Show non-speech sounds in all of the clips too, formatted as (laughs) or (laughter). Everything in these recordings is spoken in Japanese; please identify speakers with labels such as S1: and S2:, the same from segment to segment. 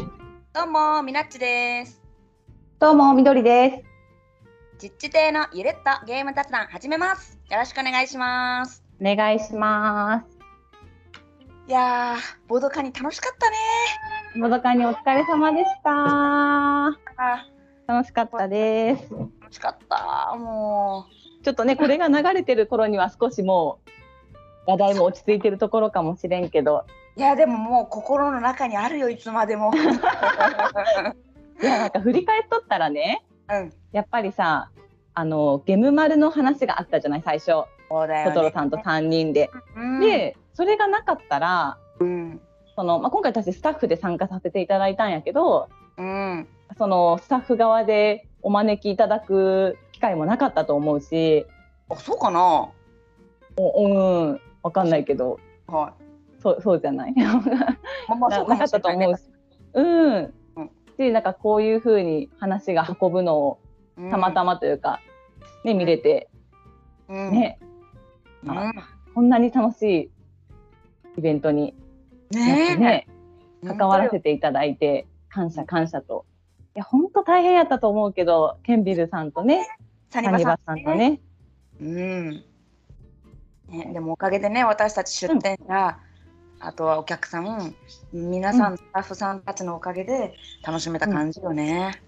S1: うも、みなっちです。
S2: どうも、みどりです。
S1: 実地亭のゆるっとゲーム雑談始めます。よろしくお願いします。
S2: お願いします。
S1: いやー、ボードカニ楽しかったね
S2: ボドカにお疲れ様でした。
S1: あ
S2: 楽しかったです。
S1: ー。楽しかった、も
S2: ちょっとね、これが流れてる頃には少しもう話題も落ち着いてるところかもしれんけど、
S1: う。いや、でももう心の中にあるよ、いつま
S2: (laughs)
S1: でも。う
S2: いや、なんか振り返っとったらね、
S1: ん、
S2: やっぱりさ、あのゲムマルの話があったじゃない、最初、
S1: そうだよ、
S2: ト
S1: ね。
S2: トロさんと3人で。
S1: うん、
S2: で、それがなかったら、
S1: うん、
S2: そのまあ、今回私スタッフで参加させていただいたんやけど、
S1: うん、
S2: そのスタッフ側でお招きいただく機会もなかったと思うし、
S1: あ、そうかな。
S2: おうん、わかんないけど、
S1: は。
S2: そうそうじゃない。 (laughs) ない
S1: まあまあ、そうかも
S2: なかっ
S1: しれ
S2: たと
S1: ない
S2: 思
S1: ね
S2: うし。うん
S1: うん。
S2: で、なんかこういう風に話が運ぶのを
S1: うん
S2: たまたまというか、ね、見れて、
S1: うん、
S2: ね、
S1: うん、
S2: こんなに楽しいイベントになっ
S1: ね
S2: て
S1: え、
S2: ね、関わらせていただいて、感謝感謝と。いや、ほんと大変やったと思うけど、ケンビルさんとね、
S1: サニ
S2: サ
S1: バ
S2: ニ
S1: さん
S2: バさんとね。
S1: うん。ね、でもおかげでね、私たち出店や、あとはお客さん、皆さん、スタッフさんたちのおかげで楽しめた感じよね。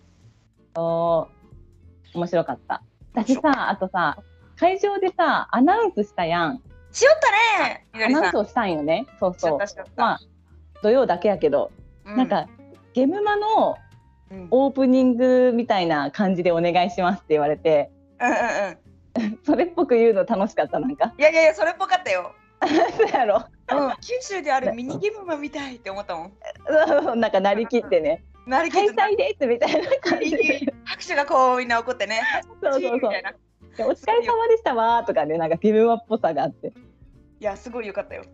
S2: 面白かった。私さ、あとさ、会場でさ、アナウンスしたやん。
S1: しよったね、みど
S2: ア
S1: り
S2: ナ
S1: さ
S2: ウン
S1: ん
S2: ス。をしたんよね。そう
S1: しよ
S2: そ
S1: っ
S2: う
S1: た。しよった。
S2: まあ、土曜だけやけど、
S1: う
S2: なん、か、ゲムマの
S1: うん、うんうん
S2: オープニングみたいな感じでお願いしますって言われて、
S1: うん。
S2: それっぽく言うの楽しかった、なんか。 (laughs)
S1: いやいやいや、それっぽかったよ。
S2: そうやろ。
S1: うん、九州であるミニゲームマみたいって思ったもん。
S2: なんか、なりきってね、
S1: なりき
S2: 開
S1: つ
S2: 催ですみたいな感じで。
S1: 拍手がこうみんな起こってね。
S2: (laughs) そうそう
S1: み
S2: そう
S1: たい。な。い
S2: でお疲れ様でしたわーとかね、なんかゲムマっぽさがあって、
S1: や、すごいよかったよ。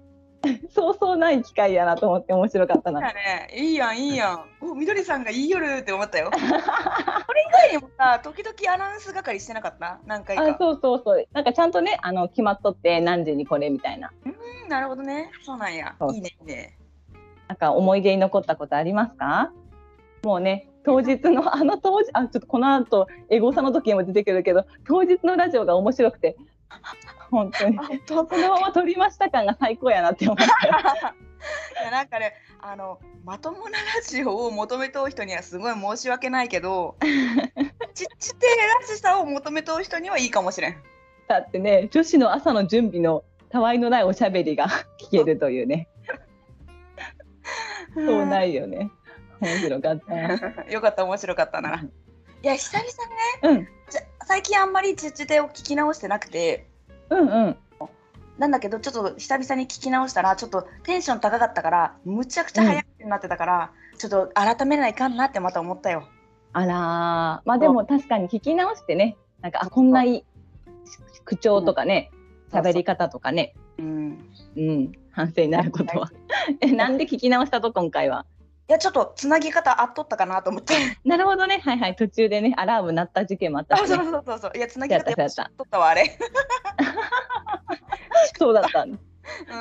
S2: そうそうない機会やなと思って面白かった
S1: い
S2: な。
S1: やね、いいやんいいやん。おみどりさんがいい夜って思った
S2: (laughs)
S1: よ。これ以外にもさ、時々アナウンス係してなかった何回
S2: あ
S1: か。
S2: そうそうそうなんかちゃんとねあの決まっとって何時にこれみたいな
S1: うんなるほどね。そうなんや
S2: そ。う
S1: いいねいいね。
S2: なんか思い出に残ったことありますかもうね当日の (laughs) あの当時あちょっとこの後エゴサの時にも出てくるけど当日のラジオが面白くて (laughs) 本当に
S1: あ本
S2: そのまま撮りました感が最高やなって思っ
S1: (laughs)
S2: た
S1: いやなんかね、あのまともなラジオを求めとう人にはすごい申し訳ないけ
S2: (laughs)
S1: ど、ちっちてらしさを求めとう人にはいいかもしれん。
S2: だっ
S1: (laughs)
S2: てね女子の朝の準備のたわいのないおしゃべりが (laughs) 聞けるというねそうないよね面白
S1: (laughs)
S2: かった
S1: よかった面白かったなら。いや久々に
S2: うん
S1: じゃ最近あんまりちっちてを聞き直してなくて。
S2: うんうん
S1: なんだけどちょっと久々に聞き直したらちょっとテンション高かったからむちゃくちゃ早くなってたから、ちょっと改めないかんなってまた思ったよ。
S2: あらーまあでも確かに聞き直してねなんかあこんないい口調とかね喋り方とかね
S1: うん、
S2: うん、反省になることは。 (laughs) え、なんで聞き直したと、今回は。
S1: いやちょっとつなぎ方あっとったかなと思って。
S2: なるほどね、はいはい、途中でね、アラーム鳴った事件もあった
S1: あ
S2: し
S1: そう
S2: ね、
S1: そうそうそういやつなぎ方
S2: やった
S1: や
S2: や
S1: っ
S2: った
S1: とったわあれ。
S2: そうだった。
S1: うん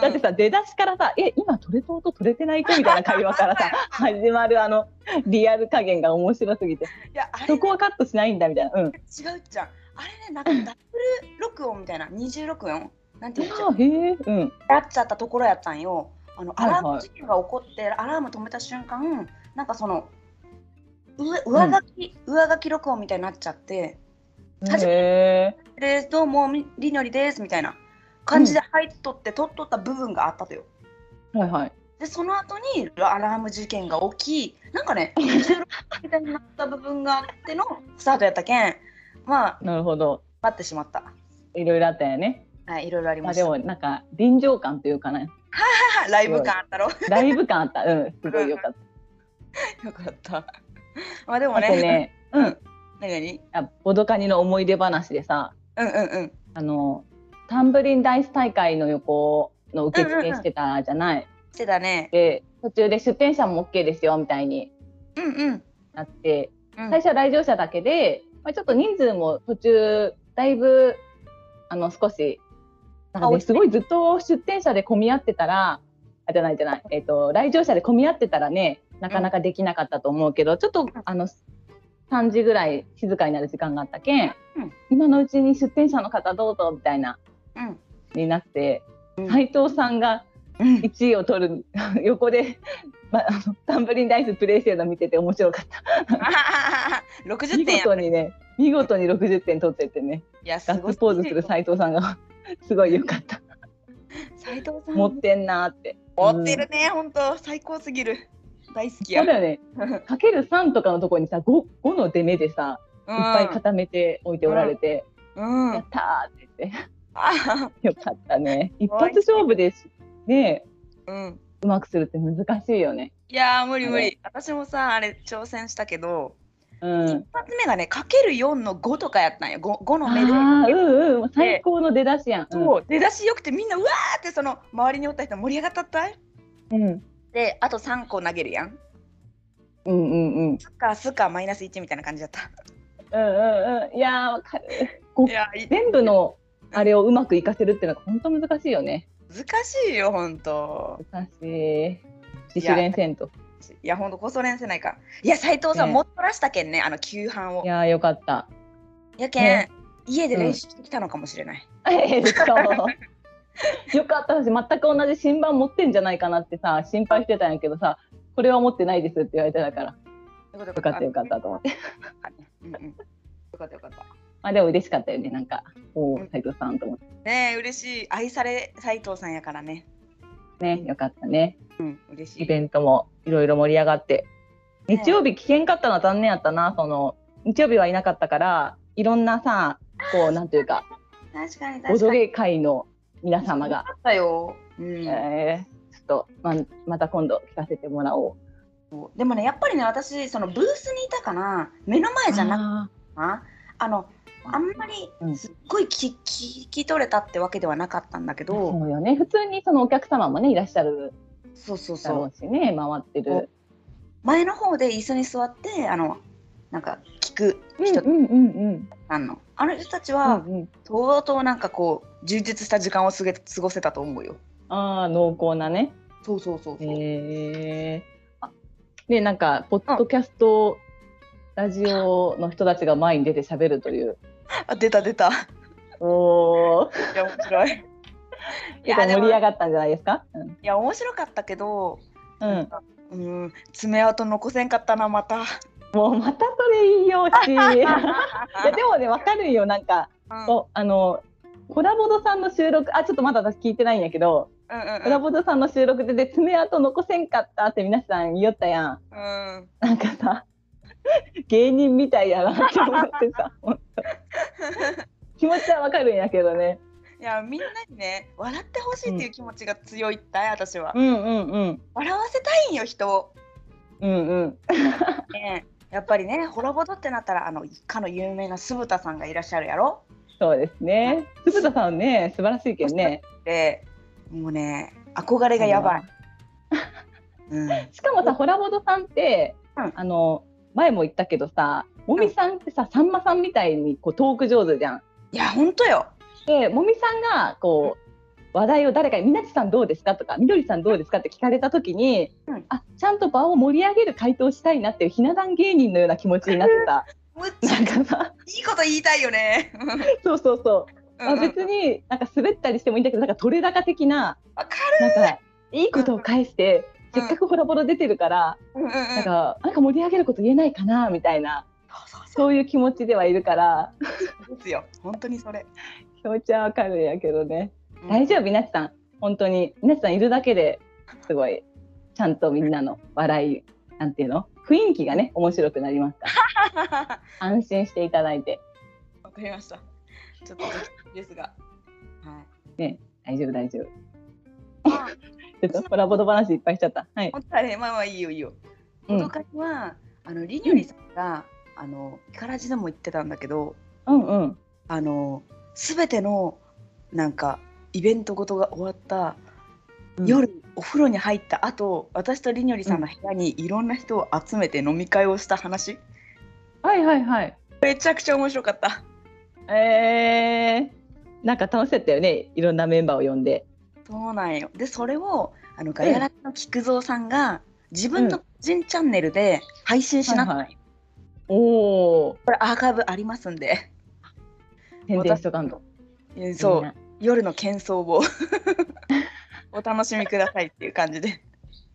S2: だってさ、出だしからさ、え、今取れそうと取れてないとみたいな会話から
S1: (laughs)
S2: さ、始まるあの、リアル加減が面白すぎて、
S1: いやあれ、
S2: そ
S1: ね、
S2: こはカットしないんだみたいな。うん。
S1: 違うじゃん。あれねなんかダブル録音みたいな二重録音なんていう
S2: あ
S1: の
S2: あ、へえ、うん。
S1: やっちゃったところやったんよ。あの
S2: は
S1: ア
S2: いはい
S1: ラーム事件が起こって、アラーム止めた瞬間なんかその上上書き、上書き録音みたいになっちゃって。初
S2: へえ。
S1: です、どうも、みりのりです、みたいな感じで入っとって、取っとった部分があったとよ。
S2: はいはい。
S1: で、その後にアラーム事件が起き、なんか
S2: (laughs)
S1: ね、16みたいになった部分があってのスタートやったけん、まあ、
S2: なるほど。
S1: 待ってしまった。
S2: いろいろあったよね。
S1: はい、いろいろあり
S2: ま
S1: ま
S2: あ
S1: した。
S2: でもなんか臨場感というかね、
S1: はは (laughs) ライブ感あったろ。
S2: ライブ感あった。 (laughs) うん、すごいよかっ
S1: (laughs) よかった。まあで
S2: た。
S1: も
S2: あと
S1: ね、
S2: ね、うん、
S1: なになに
S2: あボドカニの思い出話でさ、
S1: うんうんうん。
S2: あのタンブリンダイス大会の横の受付してたじゃない、
S1: してたね。
S2: で途中で出店者も OK ですよみたいに
S1: うんうん。
S2: なって
S1: うん、
S2: 最初は来場者だけで、まあ、ちょっと人数も途中だいぶあの少しなんか
S1: あ
S2: ねすごいずっと出店者で混み合ってたらあじゃないじゃない、えっと来場者で混み合ってたらねなかなかできなかったと思うけど、ちょっとあの3時ぐらい静かになる時間があったけん、
S1: うん
S2: 今のうちに出店者の方どうぞみたいな (laughs)
S1: うん
S2: になって、
S1: うん
S2: 斉藤さんが
S1: うん
S2: 1位を取る (laughs) 横で、まあのタンブリンダイスプレイしてるの見てて面白かった
S1: 60
S2: 見
S1: 点や
S2: 事にね見事に60点取っててね
S1: いやす
S2: ガ
S1: ご
S2: ッ
S1: い
S2: ツポーズする斉藤さんが (laughs) すごい良かった
S1: 斉藤さん
S2: 持ってんなーって
S1: 持ってるね、本当最高すぎる大好きや
S2: そうだ
S1: (laughs)
S2: よねかける3とかのとこにさ 5, 5の出目でさいっぱい固めておいておられて、
S1: うん、うん
S2: や
S1: あ
S2: ったーって言っ
S1: あ
S2: てよかったね一
S1: ごい
S2: 発勝負ですね
S1: うん (laughs)
S2: うまくするって難しいよね
S1: いやー無理無
S2: あ
S1: 理私もさあれ挑戦したけど、
S2: うん
S1: 一発目がねかける4の5とかやったんや 5, 5の目で
S2: あーうんうん最高の出だしやん
S1: そう出だしよくてみんなうわーってその周りにおった人盛り上がったったい
S2: うんうん
S1: であと3個投げるやん
S2: うんうんうん
S1: スカスカマイナス1みたいな感じだった
S2: うんうんうんいやーわかるお
S1: いやい
S2: 全部のあれをうまくいかせるっていうのが本当難しいよね
S1: 難しいよほんと
S2: 難しい自主練せんと
S1: いやほんとこそ練せないかいや斉藤さん、
S2: ね
S1: もっとらしたけんねあの急半を
S2: いやーよか
S1: (laughs)
S2: った
S1: やけん、
S2: ね
S1: 家で練習してきたのかもしれない、
S2: えっとよかった私全く同じ新版持ってんじゃないかなってさ心配してたんやけどさこれは持ってないですって言われてたから
S1: よ
S2: よかったよかった
S1: (laughs)
S2: と思って
S1: うんうん、よかったよかった。
S2: まあでも嬉しかったよねなんかおお
S1: うん
S2: 斉藤さんと思って
S1: ねえ嬉しい愛され斉藤さんやからね。
S2: ねよかったね
S1: うん嬉し
S2: イ
S1: い。
S2: ベントもいろいろ盛り上がって
S1: ね
S2: 日曜日危険かったのは残念やったなその日曜日はいなかったからいろんなさこうなんというか
S1: 確かに
S2: お
S1: (laughs) 確
S2: ど
S1: かに。
S2: げ会の皆様が、
S1: あったよ。うん。
S2: えーちょっとままた今度聞かせてもらおう。
S1: でもねやっぱりね私そのブースにいたかな目の前じゃなくて
S2: あ
S1: なあのあんま
S2: う
S1: り
S2: ん
S1: すっごい聞き聞き取れたってわけではなかったんだけ
S2: ー
S1: ど、
S2: そうよね普通にそのお客様もねいらっしゃる
S1: そうそう
S2: だ
S1: そ
S2: ろ
S1: う
S2: うしね回ってる。
S1: 前の方で椅子に座ってあのなんか聞く人
S2: うんうんうんうん
S1: さんの、あの人たち
S2: う
S1: は、
S2: んうん
S1: とうとうなんかこう充実した時間を過げ過ごせたと思うよ。
S2: ああ濃厚なね。
S1: そうそうそうそう。
S2: えー、あでなんかポッドキャスト、ラジオの人たちが前に出て喋るという。
S1: あ出た出た。
S2: おお。
S1: いや面白い。い
S2: (laughs) 結構
S1: で
S2: 盛
S1: も
S2: り上がったんじゃないですか。うん。
S1: いや面白かったけど、
S2: うん、
S1: うん爪痕残せんかったなまた。
S2: もうまたそれいいよし。い (laughs) やでもねわかるよなんか。
S1: うん
S2: そうあのコラボドさんの収録あちょっとまだ私聞いてないんやけど、
S1: うんうん
S2: コラボドさんの収録でで爪痕残せんかったって皆さん言いよったやん
S1: うんうん。
S2: なんかさ芸人みたいやなって思っ
S1: (laughs)
S2: てさほんと気持ちはわかるんやけどね
S1: いやみんなにね笑ってほしいっていう気持ちが強いったい私は、
S2: うんうんうん
S1: 笑わせたいんよ人を、
S2: うんうん
S1: ねやっぱりねホラボドってなったらあのかの有名な酢豚さんがいらっしゃるやろ
S2: そうですね鈴田さんね素晴らしいけんね
S1: でもうね憧れがやばい、うん、
S2: しかもさホラボドさんって、
S1: うん
S2: あの前も言ったけどさもみさんってさ、さんまさんみたいにこうトーク上手じゃん
S1: いやほんとよ
S2: でもみさんがこう話題を誰かに「みなちさんどうですか?」とか「みどりさんどうですか?」って聞かれた時に、
S1: うん
S2: あちゃんと場を盛り上げる回答したいなっていうひな壇芸人のような気持ちになってた
S1: むっちゃ
S2: なんかさ
S1: いいこと言いたいよねうんうん
S2: そうそうそう、
S1: わ、
S2: あ、別になんか滑ったりしてもいいんだけどなんか取れ高的な
S1: かる
S2: なんかいいことを返して、
S1: うん
S2: せっかくホラボロ出てるから、
S1: うんうんうん
S2: なんかなんか盛り上げること言えないかなみたいな
S1: そうそう
S2: そういう気持ちではいるから
S1: そうですよ本当にそれ、
S2: 気持ちはわかるんやけどね。
S1: うん
S2: 大丈夫、みなちさん、本当に、みなちさんいるだけですごい、ちゃんとみんなの笑い、なんていうの、雰囲気がね、面白くなりますから、
S1: わ
S2: 安心していただいて、
S1: かりました。ちょっとですが。はい。
S2: 大丈夫、大丈夫。
S1: まあ、
S2: ちょっとコラボの話いっぱいしちゃった。はい。
S1: 本当はね、まあまあいいよいいよ。
S2: う
S1: こ
S2: ん、
S1: の会は、あの、りにゅりさんが、あの、ヒカラジでも言ってたんだけど、
S2: うん、うん。
S1: あの、すべての、なんか、イベントごとが終わった、
S2: うん
S1: 夜お風呂に入った後私とりにょりさんの部屋にいろんな人を集めて飲み会をした話
S2: はいはいはい。
S1: めちゃくちゃ面白かった
S2: えー、なんか楽しかったよね、いろんなメンバーを呼んで。
S1: そうなんよでそれをあのガヤラジの菊蔵さんが自分の個人チャンネルで配信しなくて、
S2: はいはい、おお、
S1: これアーカイブありますんで、
S2: 宣伝しとかんと。
S1: えそ
S2: みん
S1: う
S2: な。
S1: 夜の喧騒をお楽しみくださいっていう感じで。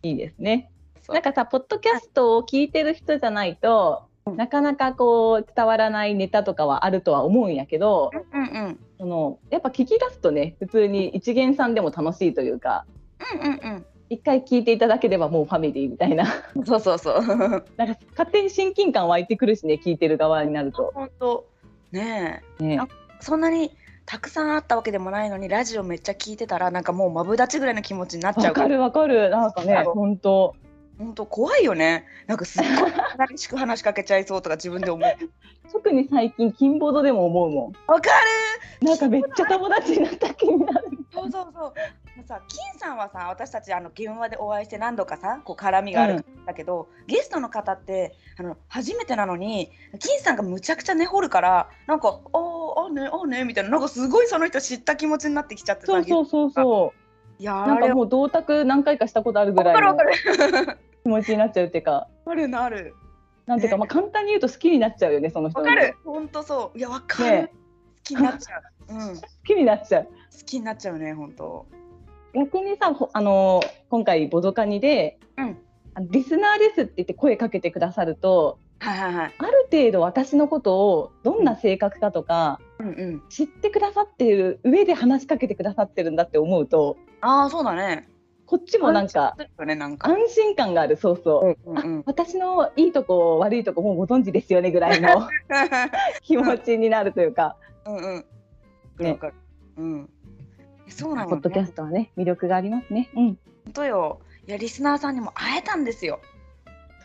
S2: いいですね。
S1: そう
S2: なんかさ、ポッドキャストを聞いてる人じゃないと、なかなかこう伝わらないネタとかはあるとは思うんやけど、
S1: うんうんうん
S2: そのやっぱ聞き出すとね、普通に一元さんでも楽しいというか、
S1: うん
S2: 一回聞いていただければもうファミリーみたいな、 (laughs)
S1: うん。そうそうそう。
S2: なんか勝手に親近感湧いてくるしね、聞いてる側になると。
S1: 本当ね
S2: ね
S1: あ、えそんなにたくさんあったわけでもないのにラジオめっちゃ聞いてたらなんかもうマブダチぐらいの気持ちになっちゃ
S2: わ
S1: うか
S2: からるわかる、なんかね、
S1: そう
S2: 本当。
S1: 本当怖いよねなんかすっごい楽しく話しかけちゃいそうとか自分で思う
S2: 特に最近金ボードでも思うも
S1: わか
S2: ん。なんかめっちゃ友達になった気にな
S1: (laughs)
S2: る。
S1: るそうそうそうでもさ金さんはさ私たちあの現場でお会いして何度かさこう絡みがあるんだけど、ゲストの方ってあの初めてなのに金さんがむちゃくちゃ根掘るからなんか「ああねああね」みたいななんかすごいその人知った気持ちになってきちゃってさ
S2: そうそうそうそう。
S1: いや
S2: な
S1: ーあ
S2: んか
S1: れわ
S2: もう銅鐸何回かしたことあるぐら
S1: か
S2: い
S1: るわ
S2: の
S1: かる (laughs)
S2: 気持ちになっちゃうっていうか、
S1: あるなる
S2: なんていうか、
S1: ね
S2: まあ簡単に言うと好きになっちゃうよね、その人
S1: わ
S2: の
S1: かるほんとそういやわかる、
S2: ね
S1: 好きになっちゃう、うん、好
S2: 好きになっちゃう。
S1: きになっちゃうねほんと
S2: 逆にさ、ほあのー今回ボドカニで、
S1: うん
S2: あのリスナーですって言って声かけてくださると、
S1: はいはいはい
S2: ある程度私のことをどんな性格かとか、
S1: うんうん
S2: 知ってくださってる上で話しかけてくださってるんだって思うと、
S1: ああそうだね
S2: こっちもなんか
S1: そうだねなんか
S2: 安心感がある、そうそう。
S1: うんうんうん
S2: 私のいいとこ悪いとこもうご存知ですよねぐらい (laughs) の気持ちになるというか、
S1: うんうん
S2: ね
S1: わかるうんそうな
S2: ポ
S1: の
S2: ッドキャ
S1: ね
S2: ストはね魅力がありますね。うん、
S1: 本当よいやリスナーさんにも会えたんですよ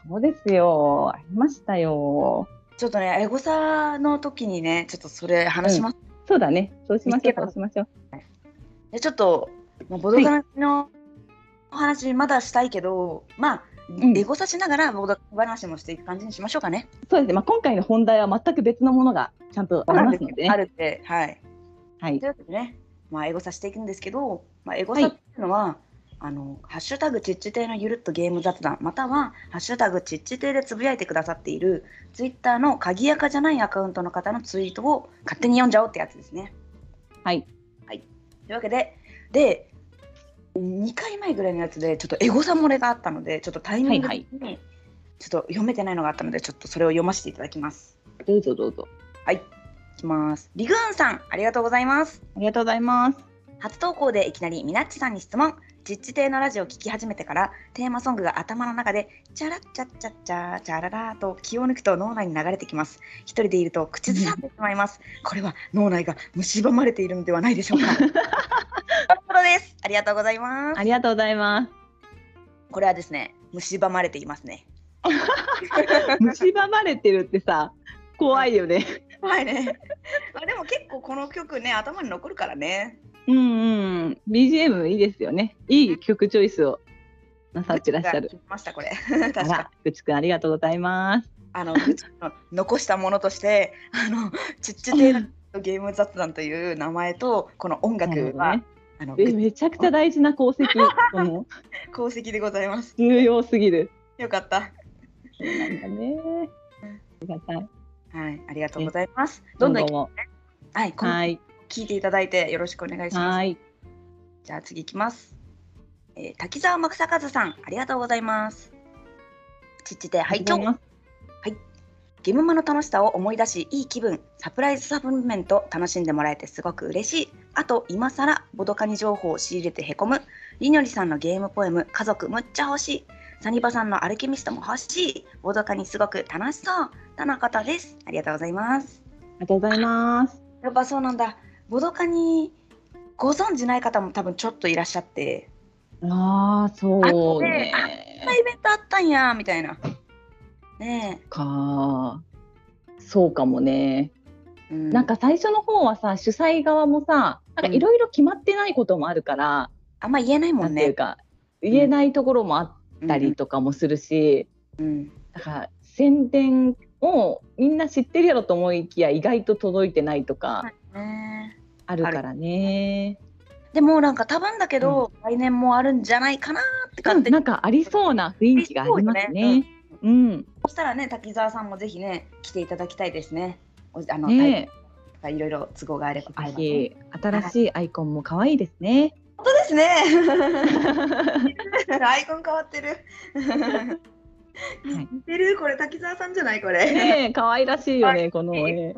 S2: そうですよ。ありましたよ。
S1: ちょっとねエゴサの時にねちょっとそれ話します、
S2: そうだね。そうしましょ
S1: 見つけ
S2: う。
S1: た
S2: そうしましょう。
S1: でちょっともうボドガラのお話まだしたいけどまあ、
S2: ん
S1: エゴサしながらボドガラ話もしていく感じにしましょうかね
S2: そうですね。まあ今回の本題は全く別のものがちゃんとありますのでね
S1: あ。るって、はい。
S2: はい
S1: と。いうわけでね、まあ、エゴサしていくんですけど、まあ、エゴサっていうのは、あのハッシュタグちっち亭のゆるっとゲーム雑談またはハッシュタグちっち亭でつぶやいてくださっているツイッターの鍵アカじゃないアカウントの方のツイートを勝手に読んじゃおうってやつですね。
S2: はい、
S1: はい、というわけでで2回前ぐらいのやつでちょっとエゴサ漏れがあったのでちょっとタイミング的にちょっと読めてないのがあったのでちょっとそれを読ませていただきます。
S2: どうぞどうぞ。
S1: はい、いきます。リグーンさん、ありがとうございます。
S2: ありがとうございます。
S1: 初投稿でいきなりミナッチさんに質問。実地亭のラジオを聞き始めてからテーマソングが頭の中でチャラッチャッチャッチャーチャララーと気を抜くと脳内に流れてきます。一人でいると口ずさんでしまいます。これは脳内が蝕まれているのではないでしょうか。 (laughs) なるほどです。ありがとうございます
S2: あ。りがとうござい (laughs) ます。
S1: これはですね、蝕まれています (laughs) ね。
S2: 蝕まれてるってさ、怖いよね。
S1: はいね。 (laughs) まあでも結構この曲ね頭に残るからね。
S2: (laughs) うんうん。BGM いいですよね。いい曲チョイスをなさってらっしゃる。
S1: 聞きましたこれ。確か
S2: あ
S1: に。
S2: ら、ぐちくんありがとうございます。
S1: あのうちの残したものとしてあのちっちゃいゲーム雑談という名前とこの音
S2: なる
S1: 楽
S2: ほど
S1: は、
S2: ね
S1: あの
S2: えめちゃくちゃ大事な功 (laughs) 績この
S1: 功績でございます。
S2: 重要すぎる
S1: よかった。
S2: そうなんだねありがたい
S1: はい、ありがとうございます。どんどん
S2: も
S1: はい、この
S2: はい
S1: 聞いていただいてよろしくお願いします。
S2: はい
S1: じゃあ次いきます。えー、滝沢正和さん、ありがとうございます。ちっちて拝
S2: ありがとうござい
S1: 聴。
S2: ます
S1: ゲームマの楽しさを思い出し、いい気分、サプライズサプリメント楽しんでもらえてすごく嬉しい。あと、今更ボドカニ情報を仕入れてへこむ。りのりさんのゲームポエム、家族むっちゃ欲しい。サニバさんのアルケミストも欲しい。ボドカニすごく楽しそう。田中田です。ありがとうございます。
S2: ありがとうございます
S1: やっぱそうなんだ。ボドカニご存知ない方も多分ちょっといらっしゃって、
S2: あーそうね
S1: こんなイベントあったんや、みたいな。ね
S2: かそうかもね、
S1: え。う
S2: なんか、最初の方はさ主催側もさなんかいろいろ決まってないこともあるから、
S1: あんま言えないも
S2: なん
S1: ん
S2: ていう
S1: ね。
S2: か言えないところもあった
S1: う
S2: り
S1: ん
S2: とかもするし、
S1: うん
S2: だから宣伝をみんな知ってるやろと思いきや意外と届いてないとか
S1: ねえ
S2: あるからね。
S1: でもなんか多分だけど、来年もあるんじゃないかなって勝手に
S2: なんかありそうな雰囲気がありますね。うん、
S1: そしたらね滝沢さんもぜひね来ていただきたいですね。おあの、
S2: ね
S1: いろいろ都合があれば。
S2: え、ぜひ新しいアイコンも可愛いですね。
S1: 本当です
S2: (laughs)
S1: ね。アイコン変わってる。
S2: い
S1: 似てるこれ滝沢さんじゃないこれ。
S2: ねえ、可愛らしいよね、この絵、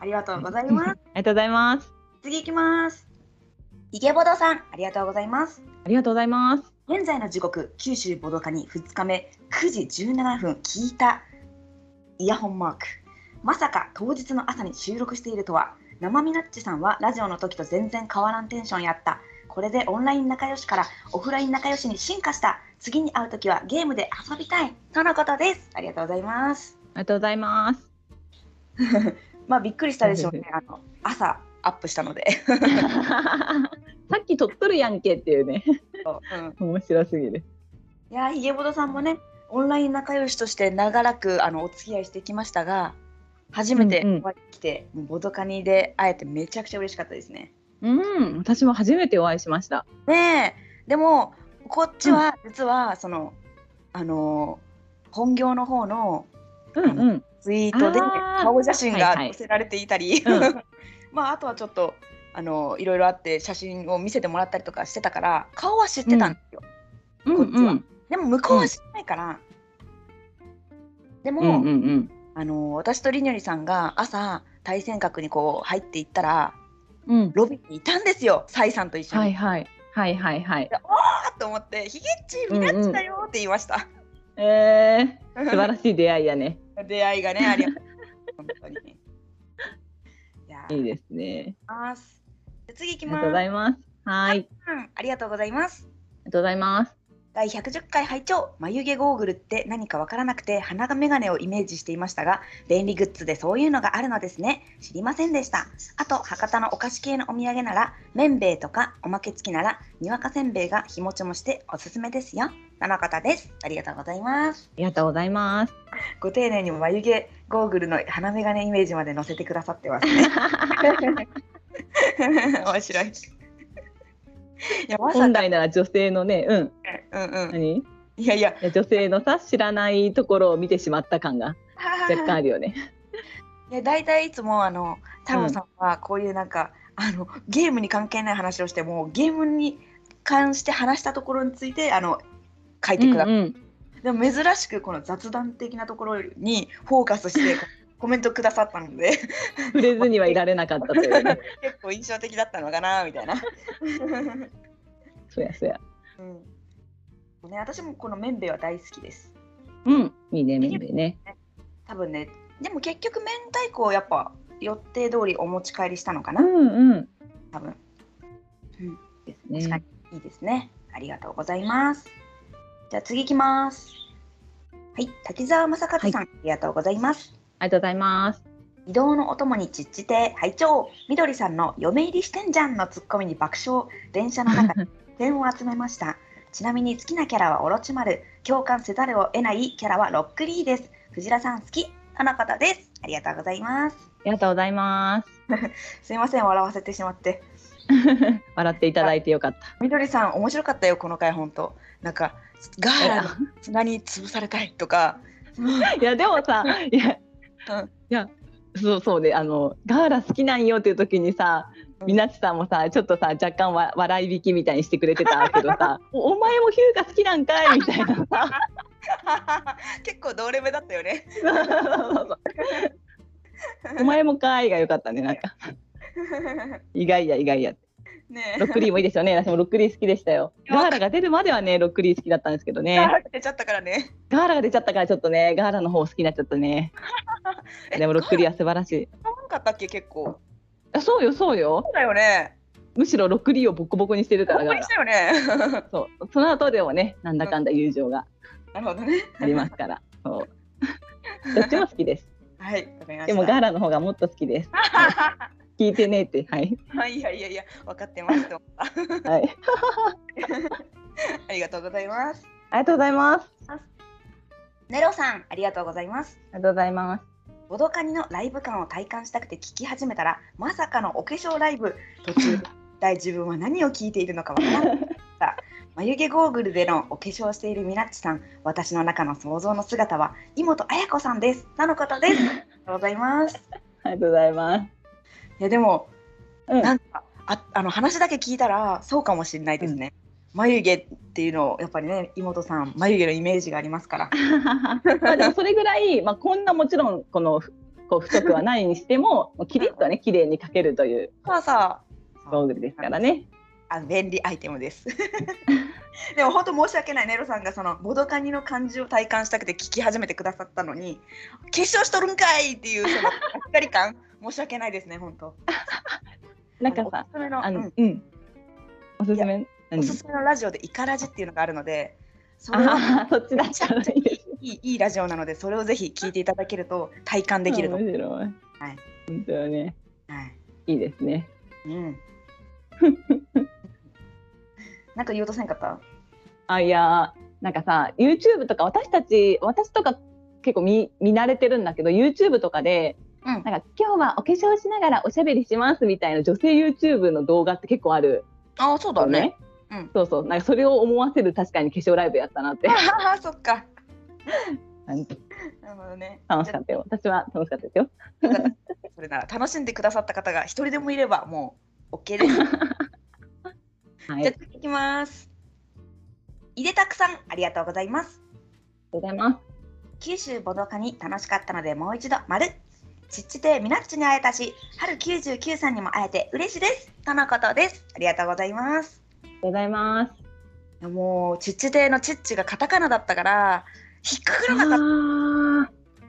S1: ありがとうございます。
S2: (laughs) ありがとうございます。
S1: 次行きます。ヒゲボドさんありがとうございます。
S2: ありがとうございます。
S1: 現在の時刻九州ボドカに2日目9時17分聞いたイヤホンマークまさか当日の朝に収録しているとは生みなっちさんはラジオの時と全然変わらんテンションやったこれでオンライン仲良しからオフライン仲良しに進化した次に会う時はゲームで遊びたいとのことですありがとうございます (laughs)
S2: ありがとうござい (laughs) ます。
S1: まあびっくりしたでしょうねあの朝アップしたので、 (laughs)
S2: さっき撮っとるやんけっていうね、
S1: うん
S2: 面白すぎる。
S1: いやーひげぼどさんもねオンライン仲良しとして長らくあのお付き合いしてきましたが初めて
S2: うんうん
S1: お会い来て、もうボドカニで会えてめちゃくちゃ嬉しかったですね。
S2: うん、私も初めてお会いしました。
S1: ねえでもこっちは実はその、あのー本業の方の
S2: うんうん、
S1: ツイートで
S2: あー
S1: 顔写真
S2: は
S1: が
S2: いはい
S1: 載せられていたり、
S2: う
S1: (laughs) まああとはちょっとあのいろいろあって写真を見せてもらったりとかしてたから顔は知ってたんですよ。
S2: うん
S1: こっちは
S2: うん、
S1: でも向こうは知らないから、でも、
S2: うんうんうん、
S1: あの私とりにょりさんが朝対戦閣にこう入っていったら
S2: うん、
S1: ロビーにいたんですよサイさんと一緒に、
S2: はいはい、はいはいはい。
S1: あっと思って「ヒゲっちみなっちだよ」って言いました、
S2: えー、素晴らしい出会いやね。
S1: (laughs) 出会いがねありがとう本当にいやー
S2: いいですね。
S1: ますじゃあ次行
S2: あ
S1: き
S2: りが
S1: ま
S2: とう
S1: す
S2: ございます。はい、
S1: うんありがとうございます
S2: ありがとうございます。
S1: 第110回拝聴眉毛ゴーグルって何かわからなくて鼻が眼鏡をイメージしていましたが便利グッズでそういうのがあるのですね知りませんでしたあと博多のお菓子系のお土産なら麺べいとかおまけ付きならにわかせんべいが日持ちもしておすすめですよ田中田ですありがとうございます
S2: ありがとうございます。 (laughs)
S1: ご丁寧にも眉毛ゴーグルの鼻眼鏡イメージまで載せてくださってますね (laughs) 面白いいやまさ
S2: 本
S1: か、
S2: 来なら女性のね、うん、
S1: うんうん、
S2: 何、い
S1: いやいや
S2: や女性のさ、知らないところを見てしまった感が若干あるよね。
S1: いや大体いつもあの太郎さんはこういうなんか、あのゲームに関係ない話をしてもゲームに関して話したところについてあの書いてくださ
S2: う
S1: る、
S2: んうん
S1: でも珍しくこの雑談的なところにフォーカスして
S2: (laughs)
S1: コメントくださったので
S2: 触れずにはいられなかったという (laughs) ね。
S1: 結構印象的だったのかなみたいな、
S2: そうやそうや。
S1: うんね、私もこの麺べいは大好きです
S2: うん、いいね、めんべいね。
S1: 多分ねでも結局明太子をやっぱ予定通りお持ち帰りしたのか
S2: う
S1: な、
S2: んうん。
S1: 多分確か
S2: です
S1: に
S2: ね。
S1: いいですね。ありがとうございます。じゃあ次行きます。はい、滝沢正和さん、
S2: は
S1: ありがとうございます。
S2: ありがとうございます。
S1: 移動のお供にちっちて、拝聴みどりさんの嫁入りしてんじゃんのツッコミに爆笑、電車の中
S2: (laughs)
S1: で点を集めました。ちなみに好きなキャラはオロチマル、共感せざるを得ないキャラはロックリーです。藤田さん好き、あのことです。ありがとうございます。
S2: ありがとうございます。
S1: すいません、笑わせてしまって。
S2: 笑っていただいてよかっ
S1: みどりさん、面白かったよ、この回、本当。なんか、ガーラの
S2: た。
S1: 砂に潰されたいとか、
S2: (laughs) いや、でもさ、いや、い
S1: うん
S2: や、そうそうで、あの、ガーラ好きなんよっていう時にさ。みなちさんもさ、ちょっとさ、若干わ笑い引きみたいにしてくれてたけど (laughs) さ。おお前もヒューが好きなんかいみたい (laughs) なさ。
S1: (laughs) 結構同レベだったよね。 (laughs)
S2: そうそうそう (laughs) お前もかーいが良かったね、なんか。意外や意外や。
S1: ね
S2: ロックリーもいいですよ (laughs) ね。私もロックリー好きでしたよ。
S1: いや
S2: ガーラが出るまではね、ロックリー好きだったんですけど
S1: え。
S2: ね。
S1: 出ちゃったからね。
S2: ガーラが出ちゃったからちょっとね、ガーラの方好きになっちゃった (laughs) ね。
S1: え
S2: でもロックリーは素晴らしい。
S1: 変わんかったっけ結構。
S2: あそうよ、そうよ。
S1: そうだよね。
S2: むしろロックリーをボコボコにしてるから、
S1: 本
S2: ガ
S1: 当
S2: ー
S1: に
S2: ラ (laughs)
S1: し。たよね。 (laughs)
S2: そう。その後でもね、なんだかんだ友情が
S1: なるほどね。
S2: ありますから。そう。 (laughs) どっちも好きです。
S1: はい。わかりました。
S2: でもガーラの方がもっと好き (laughs) です。聞いてねって、はい。
S1: (laughs) はい、いやいやいや、分かってますと。あ
S2: はい。
S1: りがとうございます。
S2: (laughs) ありがとうございます。
S1: ネロさん、ありがとうございます。
S2: ありがとうございます。
S1: ボドカニのライブ感を体感したくて聞き始めたら、ま
S2: (laughs)
S1: さかのお化粧ライブ。途中、一体自分は何を聞いているのかわからなかった。眉毛ゴーグルでのお化粧をしているみなっちさん、私の中の想像の姿は妹彩子さんです。なのことです。ありがとうございます。
S2: ありがとうございます。
S1: いやでも、
S2: うん
S1: なんかああの話だけ聞いたらそうかもしれないですね。眉毛っていうのをやっぱりね妹さん眉毛のイメージがありますから。
S2: (laughs) まあでもそれぐらい、まあ、こんなもちろんこのふこう太くはない
S1: (laughs)
S2: にしてももうキリッとね綺麗に描けるという
S1: そうそう。
S2: ゴーグルですからね。
S1: あ便利アイテムです。 (laughs) でも本当申し訳ないネロさんがそのボドカニの感じを体感したくて聞き始めてくださったのに化粧しとるんかいっていうそのがっかり感申し訳ないですね本当。
S2: なんかさ
S1: おすすめの
S2: あ
S1: う
S2: の
S1: ん、
S2: うん、おすすめ何
S1: おすすめのラジオでイカラジっていうのがあるのでそれは
S2: あーそっちだったらいいですね。
S1: い
S2: (laughs)
S1: いいいラジオなのでそれをぜひ聞いていただけると体感できると。
S2: 面白い。はい。本当よね。
S1: はい。
S2: いいですね。 (laughs)
S1: うん。なんか言おうとせんかった。
S2: あいやーなんかさ YouTube とか私たち私とか結構見見慣れてるんだけど YouTube とかで
S1: うん
S2: なんか今日はお化粧しながらおしゃべりしますみたいな女性 YouTube の動画って結構ある
S1: ああ、そうだ
S2: よ
S1: ね。
S2: ね。
S1: うん
S2: そうそうなんかそれを思わせる確かに化粧ライブやったなって
S1: あ (laughs) あ、そっか。
S2: 感じ
S1: なるほどね。
S2: 楽しかったよ私は楽しかったですよ
S1: じゃあよかったそれなら楽しんでくださった方が一人でもいればもう OK
S2: (laughs)
S1: です。
S2: はい
S1: じゃあ
S2: あり
S1: 次いきます。いでたくさんありがとうございます。
S2: がとうございます
S1: 九州ボドカに楽しかったのでもう一度丸。ちっちでみなっちに会えたし、春99さんにも会えて嬉しいです。とのことです。ありがとうございます。
S2: ありがとうございます
S1: いやもうチッチ亭のチッチがカタカナだったから引っかからなかっ
S2: あ
S1: た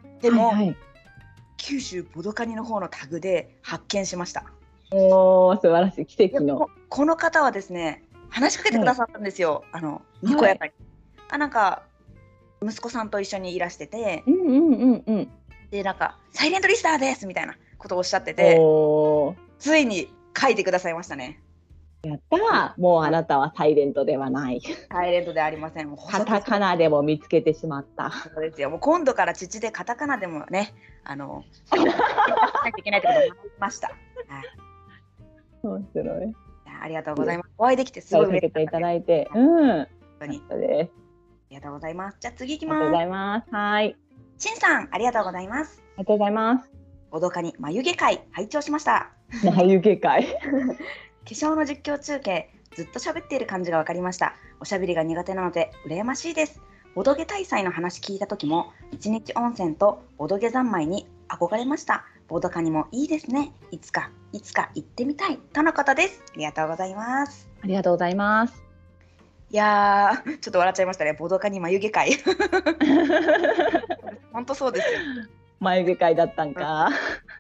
S2: ー
S1: でも、
S2: はいはい、
S1: 九州ボドカニの方のタグで発見しました
S2: おー素晴らしい奇
S1: いや
S2: 跡の
S1: ここの方はですね話しかけてくださったんですよ、あのにこやかに、あなんか息子さんと一緒にいらしてて
S2: うんうんうんうん
S1: でなんか「サイレントリスターです」みたいなことをおっしゃってて
S2: おー
S1: ついに書いてくださいましたね
S2: やったらもうあなたはサイレントではない
S1: サイレントではありませんもう
S2: カタカ
S1: ナ
S2: ナでも見つけてしまった。
S1: ですよもう今度からチッチでカタカナでもねあの書いていかなきゃいけないってことを学びました
S2: 面白い。
S1: いやありがとうございます。お会いできてすご
S2: 声
S1: い
S2: か
S1: 嬉
S2: け
S1: しかっ
S2: ていた
S1: です
S2: だいて、うん。
S1: 本
S2: あ
S1: 当に
S2: り
S1: ありがとうございます。じゃあ次行き
S2: がとうご
S1: ま
S2: ざいます。はい。
S1: す。しんさん、ありがとうございます。
S2: ありがとうござい (laughs) ます。
S1: おどかに眉毛会拝聴しました。
S2: 眉毛会。
S1: 化粧の実況中継、ずっと喋っている感じが分かりました。おしゃべりが苦手なので羨ましいです。おどげ大祭の話聞いた時も、一日温泉とおどげ三昧に憧れました。ボドカにもいいですね。いつか、いつか行ってみたい。とのことです。ありがとうございます。
S2: ありがとうございます。
S1: いやー、ちょっと笑っちゃいましたね。ボドカに眉毛会。 (laughs) 本当そうですよ。
S2: 眉毛会だったんか。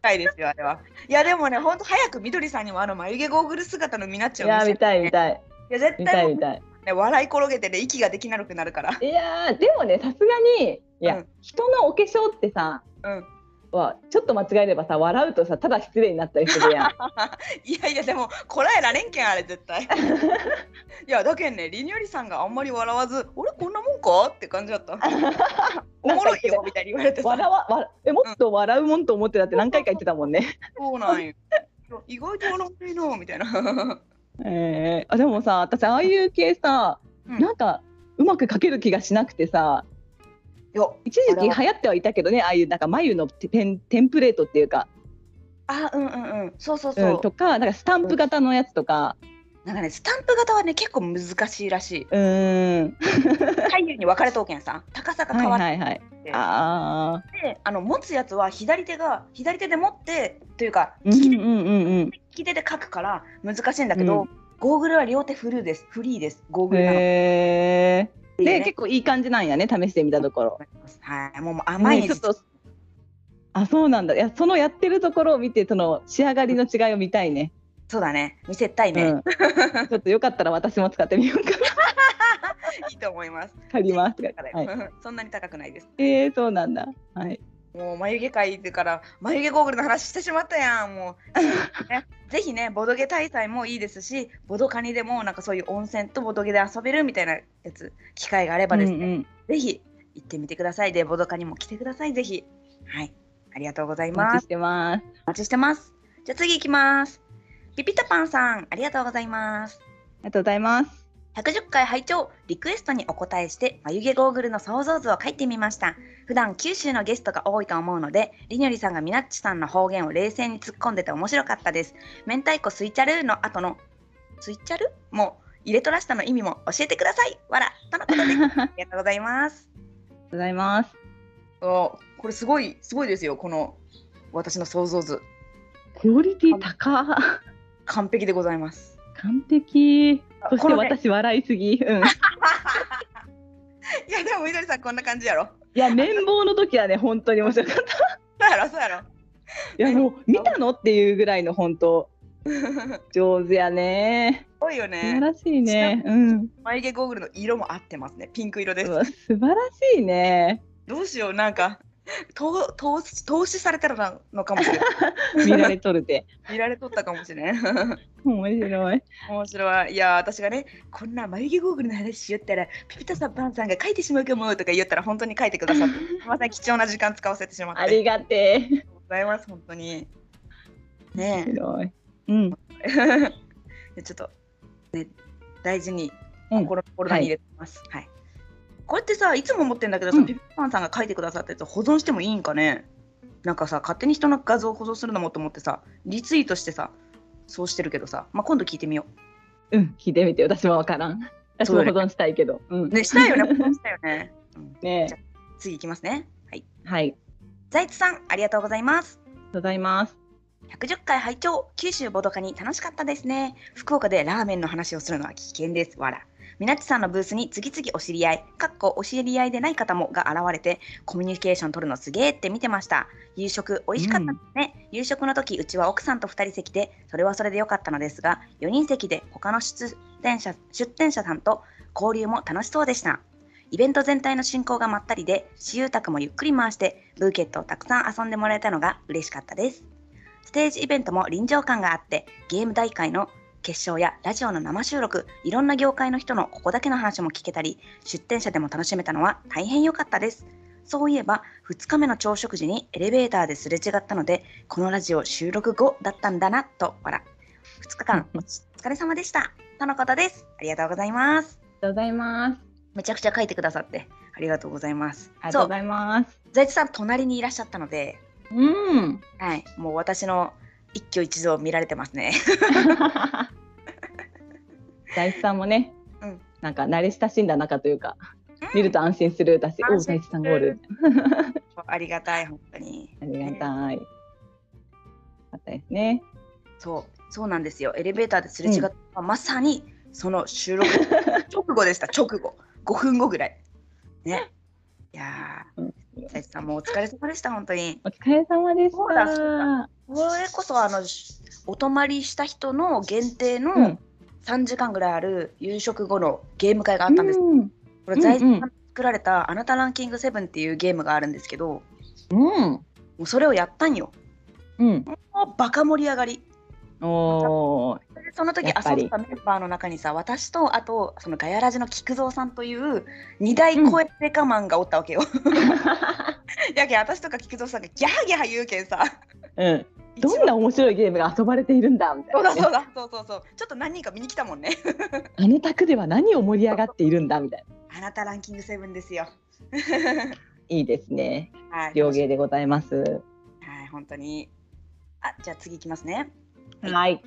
S1: 深いですよあれは。いやでもね本当早くみどりさんにもあの眉毛ゴーグル姿のみなっ
S2: い
S1: ちゃう
S2: や見たい見たい
S1: いや絶
S2: 見た
S1: 対も
S2: い
S1: う
S2: 見たい。
S1: ね笑い転げてね息ができなくなるから。 (laughs)
S2: いやーでもねさすがにいや、
S1: うん
S2: 人のお化粧ってさ
S1: うん。
S2: はちょっと間違えればさ笑うとさただ失礼になったりす
S1: (laughs)
S2: るやん。
S1: いやいやでもこらえられんけんあれ絶対。
S2: (laughs)
S1: いやだけんねりによりさんがあんまり笑わず俺こんなもんかって感じだ
S2: (laughs)
S1: った。おもろいよみたいに言われてさ。
S2: 笑わ笑えもっと笑うもんと思ってたって何回か言ってたもんね。
S1: そうなんよ。意外と笑っていなみたい
S2: (laughs)
S1: な。
S2: えー、あでもさ私ああいう系さ、
S1: うん
S2: なんかうまく描ける気がしなくてさ
S1: よ
S2: 一時期
S1: あ
S2: 流
S1: ら
S2: 行ってはいたけどねああいうなんか眉のテテンテンプレートっていうか、
S1: あうんうんうんそうそう
S2: う
S1: そ
S2: ん、
S1: う
S2: と。かなんかスタンプ型のやつとか
S1: なんかねスタンプ型はね結構難しいらしい。
S2: うーん
S1: 左右に分かれとうけんさ高さが
S2: は
S1: 変
S2: い
S1: わって
S2: はいはいああ
S1: であの持つやつは左手が左手で持ってというか
S2: うん
S1: 利き
S2: う
S1: 手,、
S2: んうんうん
S1: 利き手で書くから難しいんだけど、
S2: う
S1: ゴーグルは両手フルですフリーですゴーグルなの、
S2: へえ
S1: いいよ
S2: で
S1: ね
S2: 結構いい感じなんやね試してみたところ
S1: はいもう甘い、
S2: ねちょっとあそうなんだいやそのやってるところを見てその仕上がりの違いを見たいね
S1: そうだね見せたいね、
S2: うん、 (laughs) ちょっとよかったら私も使ってみよ
S1: (laughs)
S2: うか
S1: いいと思います
S2: な借ります
S1: だから、
S2: はい
S1: そんなに高くないです
S2: えー、そうなんだ。はい。
S1: もう眉毛描いてから眉毛ゴーグルの話してしまったやんもう、
S2: (laughs)
S1: ね、ぜひねボドゲ大祭もいいですしボドカニでもなんかそういう温泉とボドゲで遊べるみたいなやつ機会があればですね、
S2: うんうん
S1: ぜひ行ってみてください。で、ボドカにも来てください。ぜひ。はい。ありがとうござい
S2: お待
S1: ま
S2: ち
S1: す
S2: し。てます。
S1: お待ちしてます。じゃあ次行きます。ピピタパンさん、ありがとうございます。
S2: ありがとうございます。
S1: 110回拝聴リクエストにお答えして眉毛ゴーグルの想像図を書いてみました普段九州のゲストが多いと思うのでりにょりさんがみなっちさんの方言を冷静に突っ込んでて面白かったです明太子スイチャルの後のスイチャルも入れとらしたの意味も教えてくださいわらと (laughs) のことであ
S2: ありがとう
S1: りがとうございます
S2: ございます。
S1: おこれすごいすごいですよこの私の想像図
S2: クオリティ高。
S1: 完璧でございます
S2: 完璧。そし
S1: こ
S2: て
S1: のね
S2: 私笑いすぎ。
S1: (laughs)
S2: うん。
S1: (laughs) いやでもみどりさんこんな感じやろ
S2: いや、綿棒の時はね、本当に面白かった。
S1: そうやろそうやろ
S2: いや、もう、見たのっていうぐらいの本当。
S1: (laughs)
S2: 上手やね。
S1: すごいよ
S2: 素晴
S1: ね
S2: らしいね。うん。
S1: 眉毛ゴーグルの色も合ってますねピンク色です
S2: うわ素晴らしいね。
S1: どうしようなんか投投資投資されたらなのかもし (laughs) れない
S2: 見られとるて。
S1: 見られとったかもしれん
S2: (laughs)
S1: (laughs)
S2: 面白い。
S1: 面白いいや私がねこんな眉毛ゴーグルの話しよったらピピタさんパンさんが書いてしまうかもとか言ったら本当に書いてくだ (laughs) さってすいません貴重な時間使わせてしまって
S2: (laughs) ありがてえ。
S1: がとうございます本当にね
S2: 白い。うん。
S1: (laughs) えちょっと、ね、大事に
S2: うん
S1: 心のフォルダに入れてます、はいこれってさいつも思ってんだけどさ、
S2: うん
S1: ピピパンさんが書いてくださったやつ保存してもいいんかねなんかさ勝手に人の画像を保存するのもと思ってさリツイートしてさそうしてるけどさ、まあ、今度聞いてみよ
S2: うん、聞いてみて、私はわからん。私
S1: そう
S2: も
S1: だ
S2: 保
S1: ね
S2: 存したいけど。うん
S1: う。ねしたい
S2: (laughs)
S1: よね保存したよね、うん
S2: ねえ
S1: 次いきますねはい
S2: はい。
S1: 財津さんありがとうございます
S2: ありがとうございます。
S1: 110回拝聴九州ボドカに楽しかったですね福岡でラーメンの話をするのは危険ですわらみなっちさんのブースに次々お知り合いかっこお知り合いでない方もが現れてコミュニケーション取るのすげーって見てました夕食美味しかったですね、夕食の時うちは奥さんと2人席でそれはそれで良かったのですが4人席で他の出店者出店者さんと交流も楽しそうでしたイベント全体の進行がまったりで私有宅もゆっくり回してブーケットをたくさん遊んでもらえたのが嬉しかったですステージイベントも臨場感があって、ゲーム大会の決勝やラジオの生収録、いろんな業界の人のここだけの話も聞けたり、出店者でも楽しめたのは大変良かったです。そういえば、2日目の朝食時にエレベーターですれ違ったので、このラジオ収録後だったんだなと、笑。2日
S2: (laughs)
S1: 間、お疲れ様でした。とのことです。ありがとうございます。
S2: ありがとうございます。
S1: めちゃくちゃ書いてくださって、ありがとうございます。
S2: ありがと
S1: そう
S2: ござ
S1: う、
S2: います。
S1: 財津さん、隣にいらっしゃったので、
S2: うん。 (laughs)
S1: はい、もう私の一挙一動見られてます
S2: (laughs)
S1: ね。
S2: 大地さんもね、
S1: うん
S2: なんか慣れ親しんだ中というか、見ると安心するだし、お
S1: 安
S2: お、
S1: 心
S2: 大地さんゴール。
S1: ありがたい、本当に。
S2: ありがたい。あったですね。
S1: そう、そうなんですよ。エレベーターですれ違った、まさにその収 (laughs) 録直後でした。直後、5分後ぐらい。ね。いや
S2: うん
S1: ー、斉藤さんもうお疲れ様でした、本当に。
S2: お疲れ様でし
S1: そうだそう
S2: た。
S1: これこそあのお泊まりした人の限定
S2: う
S1: の
S2: ん
S1: 3時間ぐらいある夕食後のゲーム会があったんです。
S2: うん。
S1: これ財津さ
S2: うんうん
S1: 作られた「あなたランキング7」っていうゲームがあるんですけど、も
S2: うん。
S1: うそれをやったんよ。
S2: うん。
S1: もうバカ盛り上がり。
S2: おー
S1: でその時遊
S2: やっぱり
S1: んだメンバーの中にさ私とあとそのガヤラジの菊蔵さんという二大声デカマンがおったわけ
S2: (laughs)
S1: よ。やけん私とか菊蔵さんがギャーギャー言うけんさ。
S2: うん。どんな面白いゲームが遊ばれているんだみた
S1: そ
S2: いうな
S1: だ
S2: ね、
S1: そうだそうそうそうちょっと何人か見に来たもんね。
S2: あの宅では何を盛り上がっているんだみたいな。
S1: あなたランキングセブンですよ。
S2: いいですね。
S1: はい。
S2: 両芸でございます。
S1: はい本当に。あじゃあ次いきますね。
S2: はい。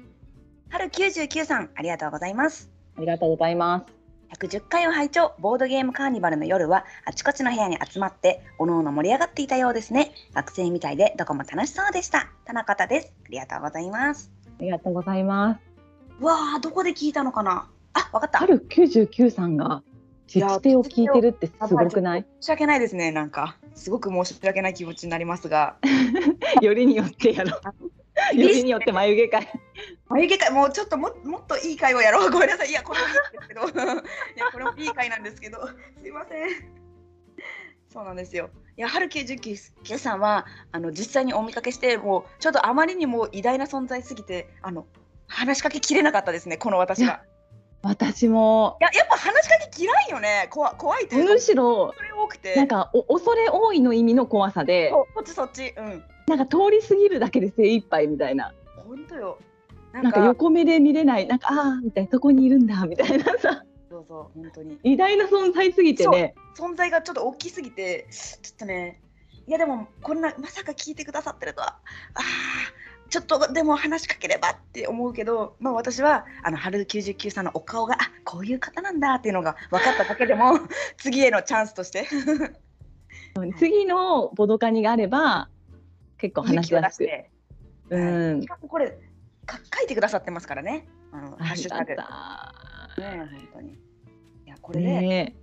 S1: 春九十九さんありがとうございます。
S2: ありがとうございます。
S1: 110回を拝聴ボードゲームカーニバルの夜はあちこちの部屋に集まっておのおの盛り上がっていたようですね学生みたいでどこも楽しそうでした田中田ですありがとうございます
S2: ありがとうございます。
S1: うわあどこで聞いたのかなあわかった
S2: あ
S1: 申
S2: る99さんが
S1: いや
S2: 実定を聞いてるってすごくない？
S1: し訳ないですねなんかすごく申し訳ない気持ちになりますが
S2: (laughs) よりによってやろう。 (laughs) よりによって眉毛かい。
S1: 眉毛会もうちょっとももっといい会をやろうごめ (laughs) んなさいいやこれもいいんですけど (laughs) いやこれもいい会なんですけど (laughs) すいませんそうなんですよいや春99さんはあの実際にお見かけしてもうちょっとあまりにも偉大な存在すぎてあの話しかけきれなかったですねこの私が
S2: 私も
S1: いややっぱ話しかけ嫌いよね怖怖いという
S2: む
S1: か
S2: しろ
S1: それ多くて
S2: なんかお恐れ多いの意味の怖さで
S1: そうこっちそっちうん
S2: なんか通り過ぎるだけで精一杯みたいな
S1: 本当よな
S2: なんか横目で見れないなんかああーみたいなそこにいるんだみたいなさ
S1: そうそう本当に
S2: 偉大な存在すぎてね
S1: 存在がちょっと大きすぎてちょっとねいやでもこんなまさか聞いてくださってるとはあーちょっとでも話しかければって思うけど、まあ、私はあの春99さんのお顔があこういう方なんだっていうのが分かっただけでも (laughs) 次へのチャンスとして
S2: 次のボドカニがあれば結構
S1: 勇
S2: 話し
S1: 気を
S2: や
S1: 出
S2: す
S1: し
S2: く
S1: て、
S2: うん
S1: しかもこれか書いてくださってますからねあのハッシュタグ
S2: あ
S1: ね
S2: っ
S1: 本当にいやこ
S2: た
S1: れで、
S2: ね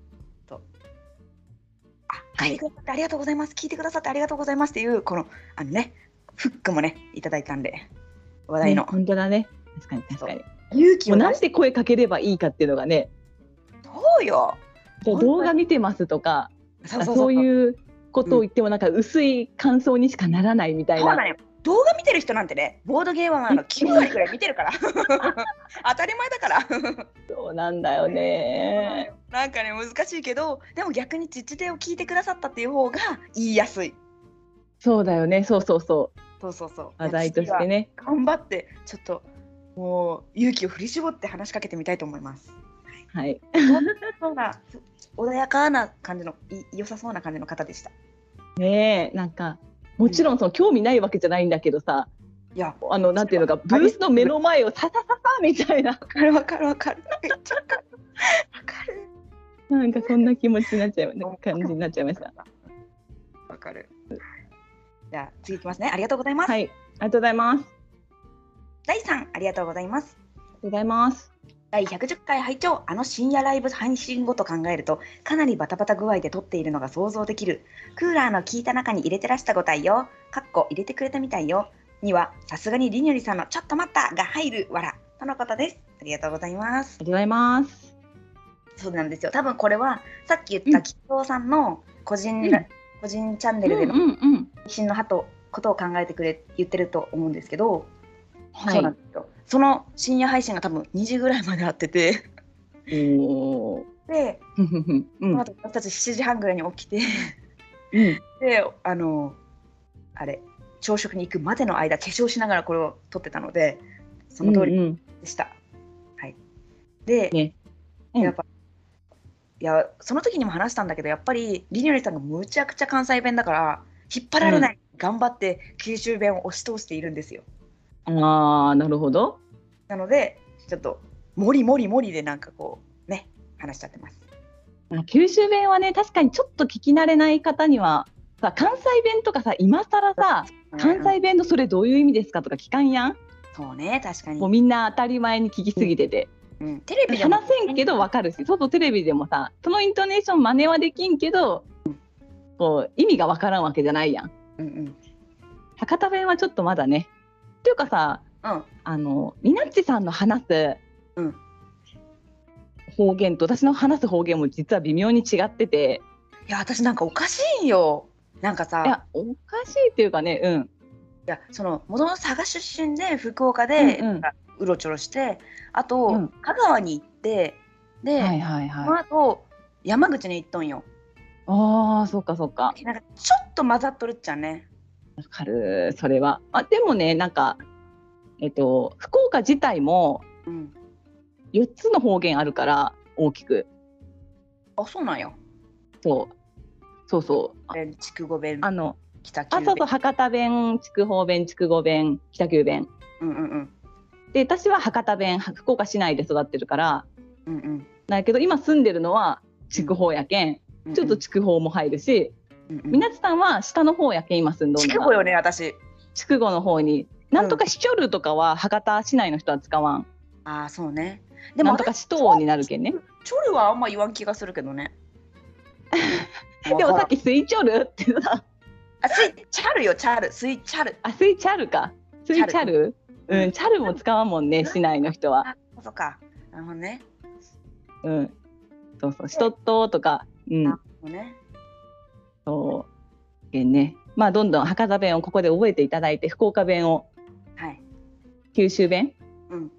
S1: あ、書いてくださってありがとうございます。聞いてくださってありがとうございますっていう、この、あのね、フックもね、いただいたんで、話題
S2: ね
S1: の。
S2: 本当だね確かに確かに
S1: 勇気
S2: も
S1: を
S2: うな
S1: 出
S2: ん
S1: して
S2: 声かければいいかっていうのがね
S1: とうよ。
S2: そう
S1: 本当に
S2: 動画見てますとか
S1: そ
S2: あそう
S1: う。
S2: いうことを言ってもなんか薄い感想にしかならないみたい
S1: そうな
S2: な。
S1: のよ。動画見てる人なんてね、ボードゲーマーの9割くらい見てるから。 (laughs) 当たり前だから。
S2: そうなんだよね。
S1: なんかね、難しいけど、でも逆にちっち手を聞いてくださったっていう方が言いやすい。
S2: そうだよね。そうそうそう。
S1: そうそうそう。
S2: 話題として
S1: ね。
S2: ね。
S1: 頑張って、ちょっと、もう勇気を振り絞って話しかけてみたいと思います。
S2: はい。
S1: そうな穏やかな感じのい良さそうな感じの方でした。
S2: ねえ、なんか。もちろんその興味ないわけじゃないんだけどさ、
S1: いや、
S2: あのなんていうのか、ブースの目の前をささささみたい (laughs) な、
S1: わかるわかるわかる。めっちゃわかる。わかる。
S2: なんかそんな気持ちになっちゃい、なんか感じになっちゃいました。。
S1: わかる。じゃあ次いきますね。ありがとうございます。
S2: はい、ありがとうございます。
S1: 第三ありがとうございます。
S2: ありがとうございます。
S1: 第110回拝聴あの深夜ライブ配信後と考えるとかなりバタバタ具合で撮っているのが想像できるクーラーの効いた中に入れてらしたご対応かっこ入れてくれたみたいよにはさすがにりにゅりさんのちょっと待ったが入るわらとのことですありがとうございます
S2: ありがとうございます。
S1: そうなんですよ多分これはさっき言った吉藤さんの個人、
S2: うん
S1: 個人チャン
S2: う
S1: ネ
S2: ん
S1: ルで
S2: う
S1: の
S2: んうん。
S1: 配信の鳩ことを考えてくれ言ってると思うんですけど、
S2: は
S1: そう
S2: い
S1: なん。ですよその深夜配信が多分2時ぐらいまであってて
S2: おお。
S1: で
S2: ふんふんふんうん
S1: その後私たち7時半ぐらいに起きて (laughs)
S2: うん。
S1: であのあれ朝食に行くまでの間化粧しながらこれを撮ってたのでその通り
S2: うん
S1: でした。はい、で、
S2: ねうん
S1: やっぱいやその時にも話したんだけどやっぱりりにゅりさんがむちゃくちゃ関西弁だから引っ張られない、頑張って九州弁を押し通しているんですよ。
S2: うん。ああ、なるほど。
S1: なのでちょっともりもりもりでなんかこうね話しちゃってます。
S2: まあ九州弁はね確かにちょっと聞き慣れない方にはさ関西弁とかさ今更さ関
S1: うん
S2: 西弁のそれどういう意味ですかとか聞かんやん
S1: そうね確かに
S2: もう、みんな当たり前に聞きすぎてて
S1: うん、テレビでも
S2: 話せんけど分かるし外テレビでもさそのイントネーション真似はできんけどこう意味が分からんわけじゃないやん
S1: うんうん
S2: 博多弁はちょっとまだねというかさ
S1: うん
S2: あのみなっちさんの話す
S1: うん
S2: 方言と私の話す方言も実は微妙に違ってて
S1: いや私なんかおかしいんよなんかさ
S2: いやおかしいっていうかねうん
S1: いやその元の佐賀出身で福岡で
S2: うんうん
S1: うろちょろしてあと、
S2: うん
S1: 香川に行ってで、
S2: はいはい
S1: その
S2: はい。
S1: 後山口に行っとんよ
S2: ああ、そうかそうか。
S1: なんかちょっと混ざっとるっちゃね
S2: わかる、それは。あ、でもね、なんか。えっと、福岡自体も
S1: うん
S2: 4つの方言あるから、大きく。
S1: あそうなんよ
S2: そう。そうそう。あ
S1: え筑後弁
S2: あの、
S1: 北九
S2: あ、
S1: 弁
S2: そうそう、博多弁、筑豊弁、筑後弁、北九弁。
S1: うんうんうん
S2: で、私は博多弁、は福岡市内で育ってるから。
S1: うんうん
S2: だけど、今住んでるのは筑豊やけん。
S1: うん
S2: ちょっと筑豊も入るし、
S1: うんうん
S2: みなちさんは下の方やけん、今住んどん
S1: 筑
S2: の
S1: 後
S2: が。
S1: よね私
S2: 筑後の方に。なんとかしちょるとかは博多市内の人は使わん。
S1: ああそうねで
S2: で
S1: も
S2: なんとか死闘になるけんね。
S1: チョルはあんま言わん気がするけどね
S2: (laughs) でもさっ
S1: き
S2: きスイチョルってさ、
S1: あスイチャルよチャルスイチャル
S2: あ、スイチャルか。スイチャル。
S1: ャル
S2: うん、チャルも使わんもんね、市内の人は。
S1: あそうかなるほどね
S2: うん。そうそう、しとっととか。うん
S1: あ。そうね
S2: そう。けんね。まあ、どんどん博多弁をここで覚えていただいて、福岡弁を、
S1: はい
S2: 九州 (laughs) 弁。
S1: うん。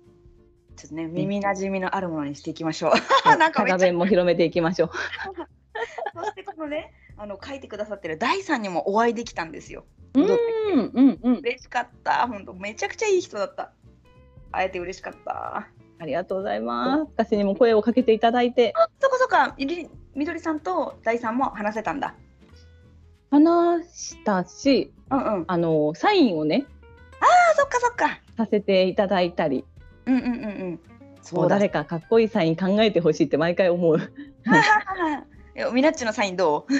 S1: ちょっとね、耳なじみのあるものにしていきま
S3: (laughs)
S1: しょう。なんか
S2: 博
S1: めっ
S2: 多
S1: ちゃ。
S2: 弁も広めていきましょう。
S1: そしてこのね、あの書いてくださってる大さんにもお会いできたんですよ。
S2: う
S1: 戻って
S2: ん、うん、うん。
S1: 嬉しかった。本当めちゃくちゃいい人だった。会えて嬉しかった。
S2: ありがとうございます。私にも声をかけていただいて、
S3: そこそこりみどりさんと大さんも話せたんだ
S2: 話したし、
S3: うんうんあ
S2: あのサインをね
S3: そっかそっか
S2: させていただいたり、
S3: うんうんうんうん
S2: もう誰かかっこいいサイン考えてほしいって毎回思う。
S3: はいはいはいはいえミナッチのサインどう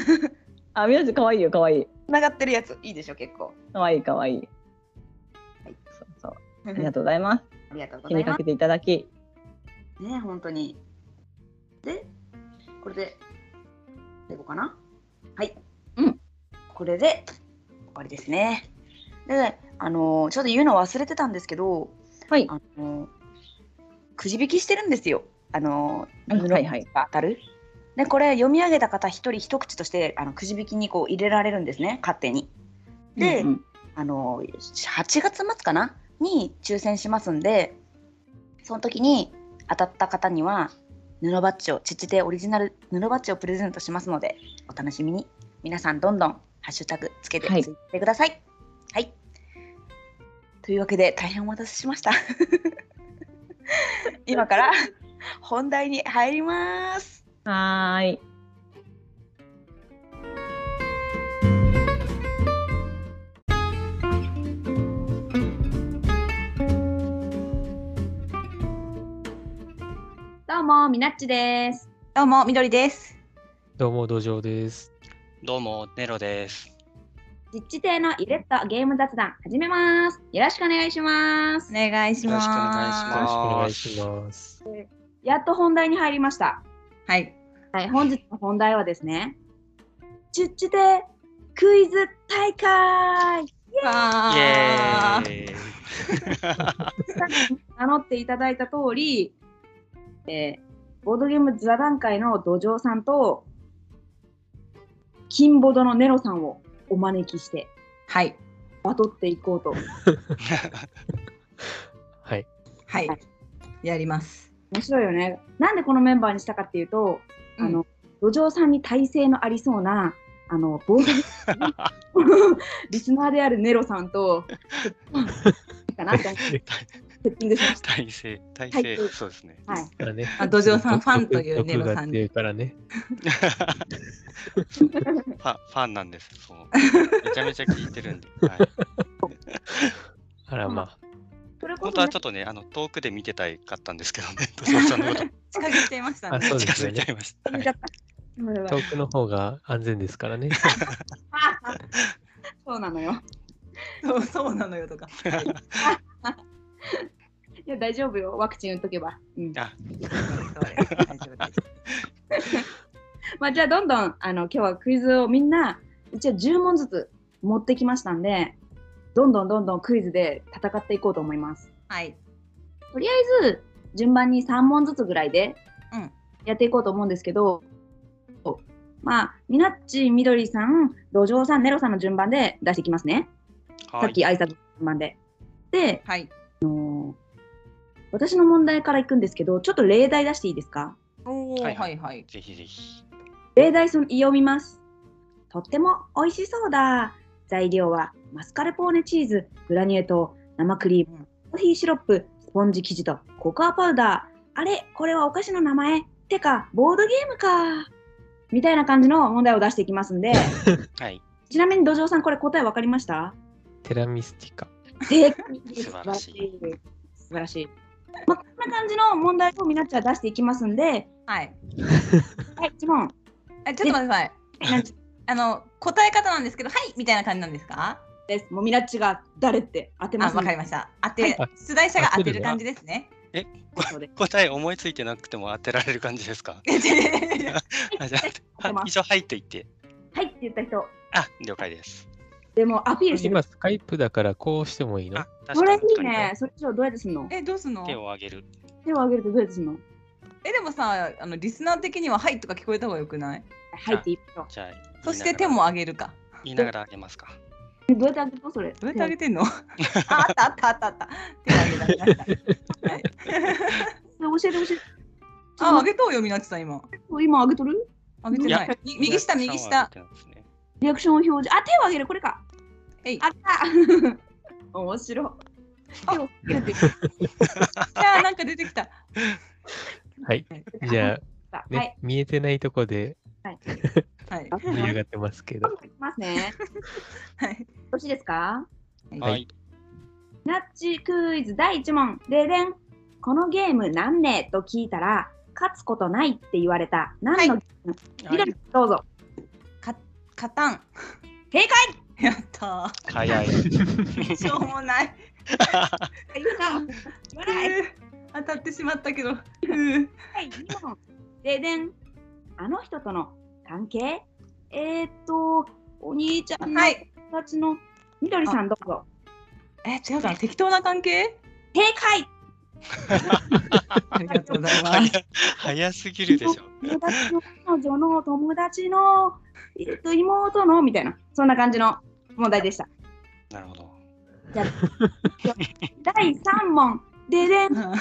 S2: あ、宮地可愛いよ可愛い
S3: 繋がってるやついいでしょ結構
S2: 可愛い可愛い。
S3: はい
S2: そうそう。
S3: あ
S2: ありがとうございます。
S3: (laughs) ありがとうご
S2: 気
S3: ざい
S2: に
S3: ま
S2: か
S3: す
S2: けていただき、
S3: ね本当にでこれで最後かなはい
S2: うん
S3: これで終わりですねであのーちょっと言うの忘れてたんですけど
S2: はい。
S3: あのくじ引きしてるんですよ。あの
S2: うん
S3: 布
S2: はいはい
S3: が当たる。でこれ読み上げた方一人一口としてあのくじ引きにこう入れられるんですね勝手に。で、
S2: うんうん
S3: あの8月末かなに抽選しますんでその時に当たった方には布バッジを父でオリジナル布バッジをプレゼントしますのでお楽しみに皆さんどんどんハッシュタグつけて
S2: はい
S3: ついてください。はい、というわけで大変お待たせし
S1: (laughs)
S3: ました。今から本題に入ります。
S2: はーい。
S1: どうも、みなっちです。
S3: どうもみどりです。
S4: どうも、道場です。
S5: どうも、ネロです。
S1: 実地亭のイレットゲーム雑談始めます。よろしくお願いします。
S3: お願いし
S5: よろしくお願いし
S4: よろしくお願
S5: ま
S4: い
S5: す。
S4: します。
S1: やっと本題に入りました。
S3: はい。
S1: はい、本日の本題はですね、実地亭クイズ大会
S5: イ
S3: わ
S5: エーイ。
S1: 名乗っていただいた通り、えーボードゲーム座談会の土壌さんと、金ボードのネロさんをお招きして、
S3: はい。
S1: バトっていこうと。
S4: はい。
S3: はい
S1: はい。
S3: やります。
S1: 面白いよね。なんでこのメンバーにしたかっていうと、
S3: うん
S1: あの土壌さんに耐性のありそうなあのボードゲームリスナーであるネロさんとうんいいかなと思ってセッティングしました。
S5: 体制、体
S1: 体
S5: 制
S1: 制、
S5: そうですね。 (laughs)
S1: はい、
S4: だからね
S6: あ土壌さん
S4: 毒
S6: ファンという
S4: 毒
S6: ネロさん
S4: 毒が
S6: に
S4: 強いからね。
S5: ファンファンなんです。そうめちゃめちゃ聞いてるんで。はい、
S4: あら、まあ、
S1: それこ
S5: 本
S1: そ
S5: 当
S1: ね、
S5: はちょっとね、あの遠くで見てたいかったんですけどね、土壌さんのこと
S6: 近づいていました
S4: あ、
S6: ね。
S4: そうで
S5: 近
S4: す
S5: づ
S4: よ
S5: いちゃ
S4: ね。
S5: いました。はい
S1: 見ちゃったそれは
S4: 遠くの方が安全ですからね。
S1: そうなのよ。
S6: (laughs) そうそうなのよとか。
S1: (laughs) いや大丈夫よ、ワクチン打っとけば。うん
S5: あ
S6: そうです大丈夫です。
S1: (laughs) まあ、じゃあどんどんあの今日はクイズをみんな一応10問ずつ持ってきましたんで、どんどんどんどんクイズで戦っていこうと思います。
S6: はい。
S1: とりあえず順番に3問ずつぐらいで
S6: うん
S1: やっていこうと思うんですけど、まあみなっちみどりさん土壌さんネロさんの順番で出していきますね、
S5: は
S1: さっ
S5: い。
S1: き挨拶の順番で。で
S6: はい。
S1: 私の問題からいくんですけどちょっと例題出していいですか
S6: おお、
S5: は
S6: はいい
S5: は
S6: はいいはい。
S5: ぜひぜひ。
S1: 例題その読みます。とっても美味しそうだ。材料はマスカルポーネチーズ、グラニュー糖、生クリーム、コーヒーシロップ、スポンジ生地とココアパウダー。あれこれはお菓子の名前てか、ボードゲームか。みたいな感じの問題を出していきますんで、
S5: はい。
S1: ちなみに土壌さん、これ答え分かりました
S4: テラミスティカ。
S1: 正解
S5: 素晴らしい。
S1: 素晴らしい。まあ、こんな感じの問題をみなっちゃん出していきますんで、
S6: はい。
S1: はい、1問。
S6: えちょっと待ってください。
S1: なんち
S6: (laughs) あの答え方なんですけど、はいみたいな感じなんですか？
S1: です。もうみなっちが誰って当て
S6: あ、
S1: ま
S6: わ
S1: すんで
S6: かりました。当て
S4: はい
S6: 出題者が当てる感じですね。
S5: 答え思いついてなくても当てられる感じですかあじゃあ、は一応入っていって。
S1: はいって言った人、
S5: あ、了解です。
S1: でもアピールしてる
S4: 今、。スカイプだからこうしてもいいの
S5: あ、確
S1: そ
S5: か
S1: れい
S5: に
S1: いね。。それ以上どうやってすんの
S6: (laughs) え、どうすんの
S5: 手？を挙げる。
S1: 手を挙げるとどうやってすんの
S6: え、でもさ、あのリスナー的にははいとか聞こえた方がよくない？
S1: 入っていいよ。
S5: じゃあ、
S6: そして手も
S5: あ
S6: 上げるか。
S5: 言いながらあげますか。
S1: えどうやってあげるのそれ。
S6: どうやって上げてんの？あ、 (laughs) あったあったあったあった。手を上げられま (laughs) した。はい。
S1: 教えて教えて。
S6: あ、上げとうよみなっちさん今。
S1: 今上げとる
S6: 上げてない
S5: や。
S6: み右下右下。。
S1: リアクションを表示。あ、手を挙げる、これか。
S6: えい
S1: あった (laughs) 面白い。
S6: 手を振ってる。いやーなんか出てきた。
S4: はい。じゃ
S1: あ
S4: ね、
S1: はい。
S4: 見えてないとこで
S6: はい。
S4: 盛り上がってますけど。
S1: いきますね。よ
S6: はい。
S1: ろしいですか
S5: はい。
S4: はい
S1: ナッチクイズ第1問。ででん。このゲーム何ねと聞いたら、勝つことないって言われた。何のゲーム、
S5: はい
S1: 緑どうぞ。
S6: カタン。
S1: 正
S6: 解。やった
S5: 早 (laughs) い。
S6: ー。しょうもない。
S1: 解ゆうさん。笑い。
S6: 当たってしまったけど。うん
S1: 第2問。ででん。あの人との関係えー、っと、お兄ちゃんの
S6: はい。
S1: 友達の緑さんどうぞ。
S6: え、違うかな、適当な関係。
S1: 正解
S6: ありがとうございます。
S5: 早早すぎるでしょ。
S1: 友達の彼女の友達の、えーっと、妹のみたいな、そんな感じの問題でした。
S5: なるほど。
S1: (laughs) 第3問。ででん。
S6: は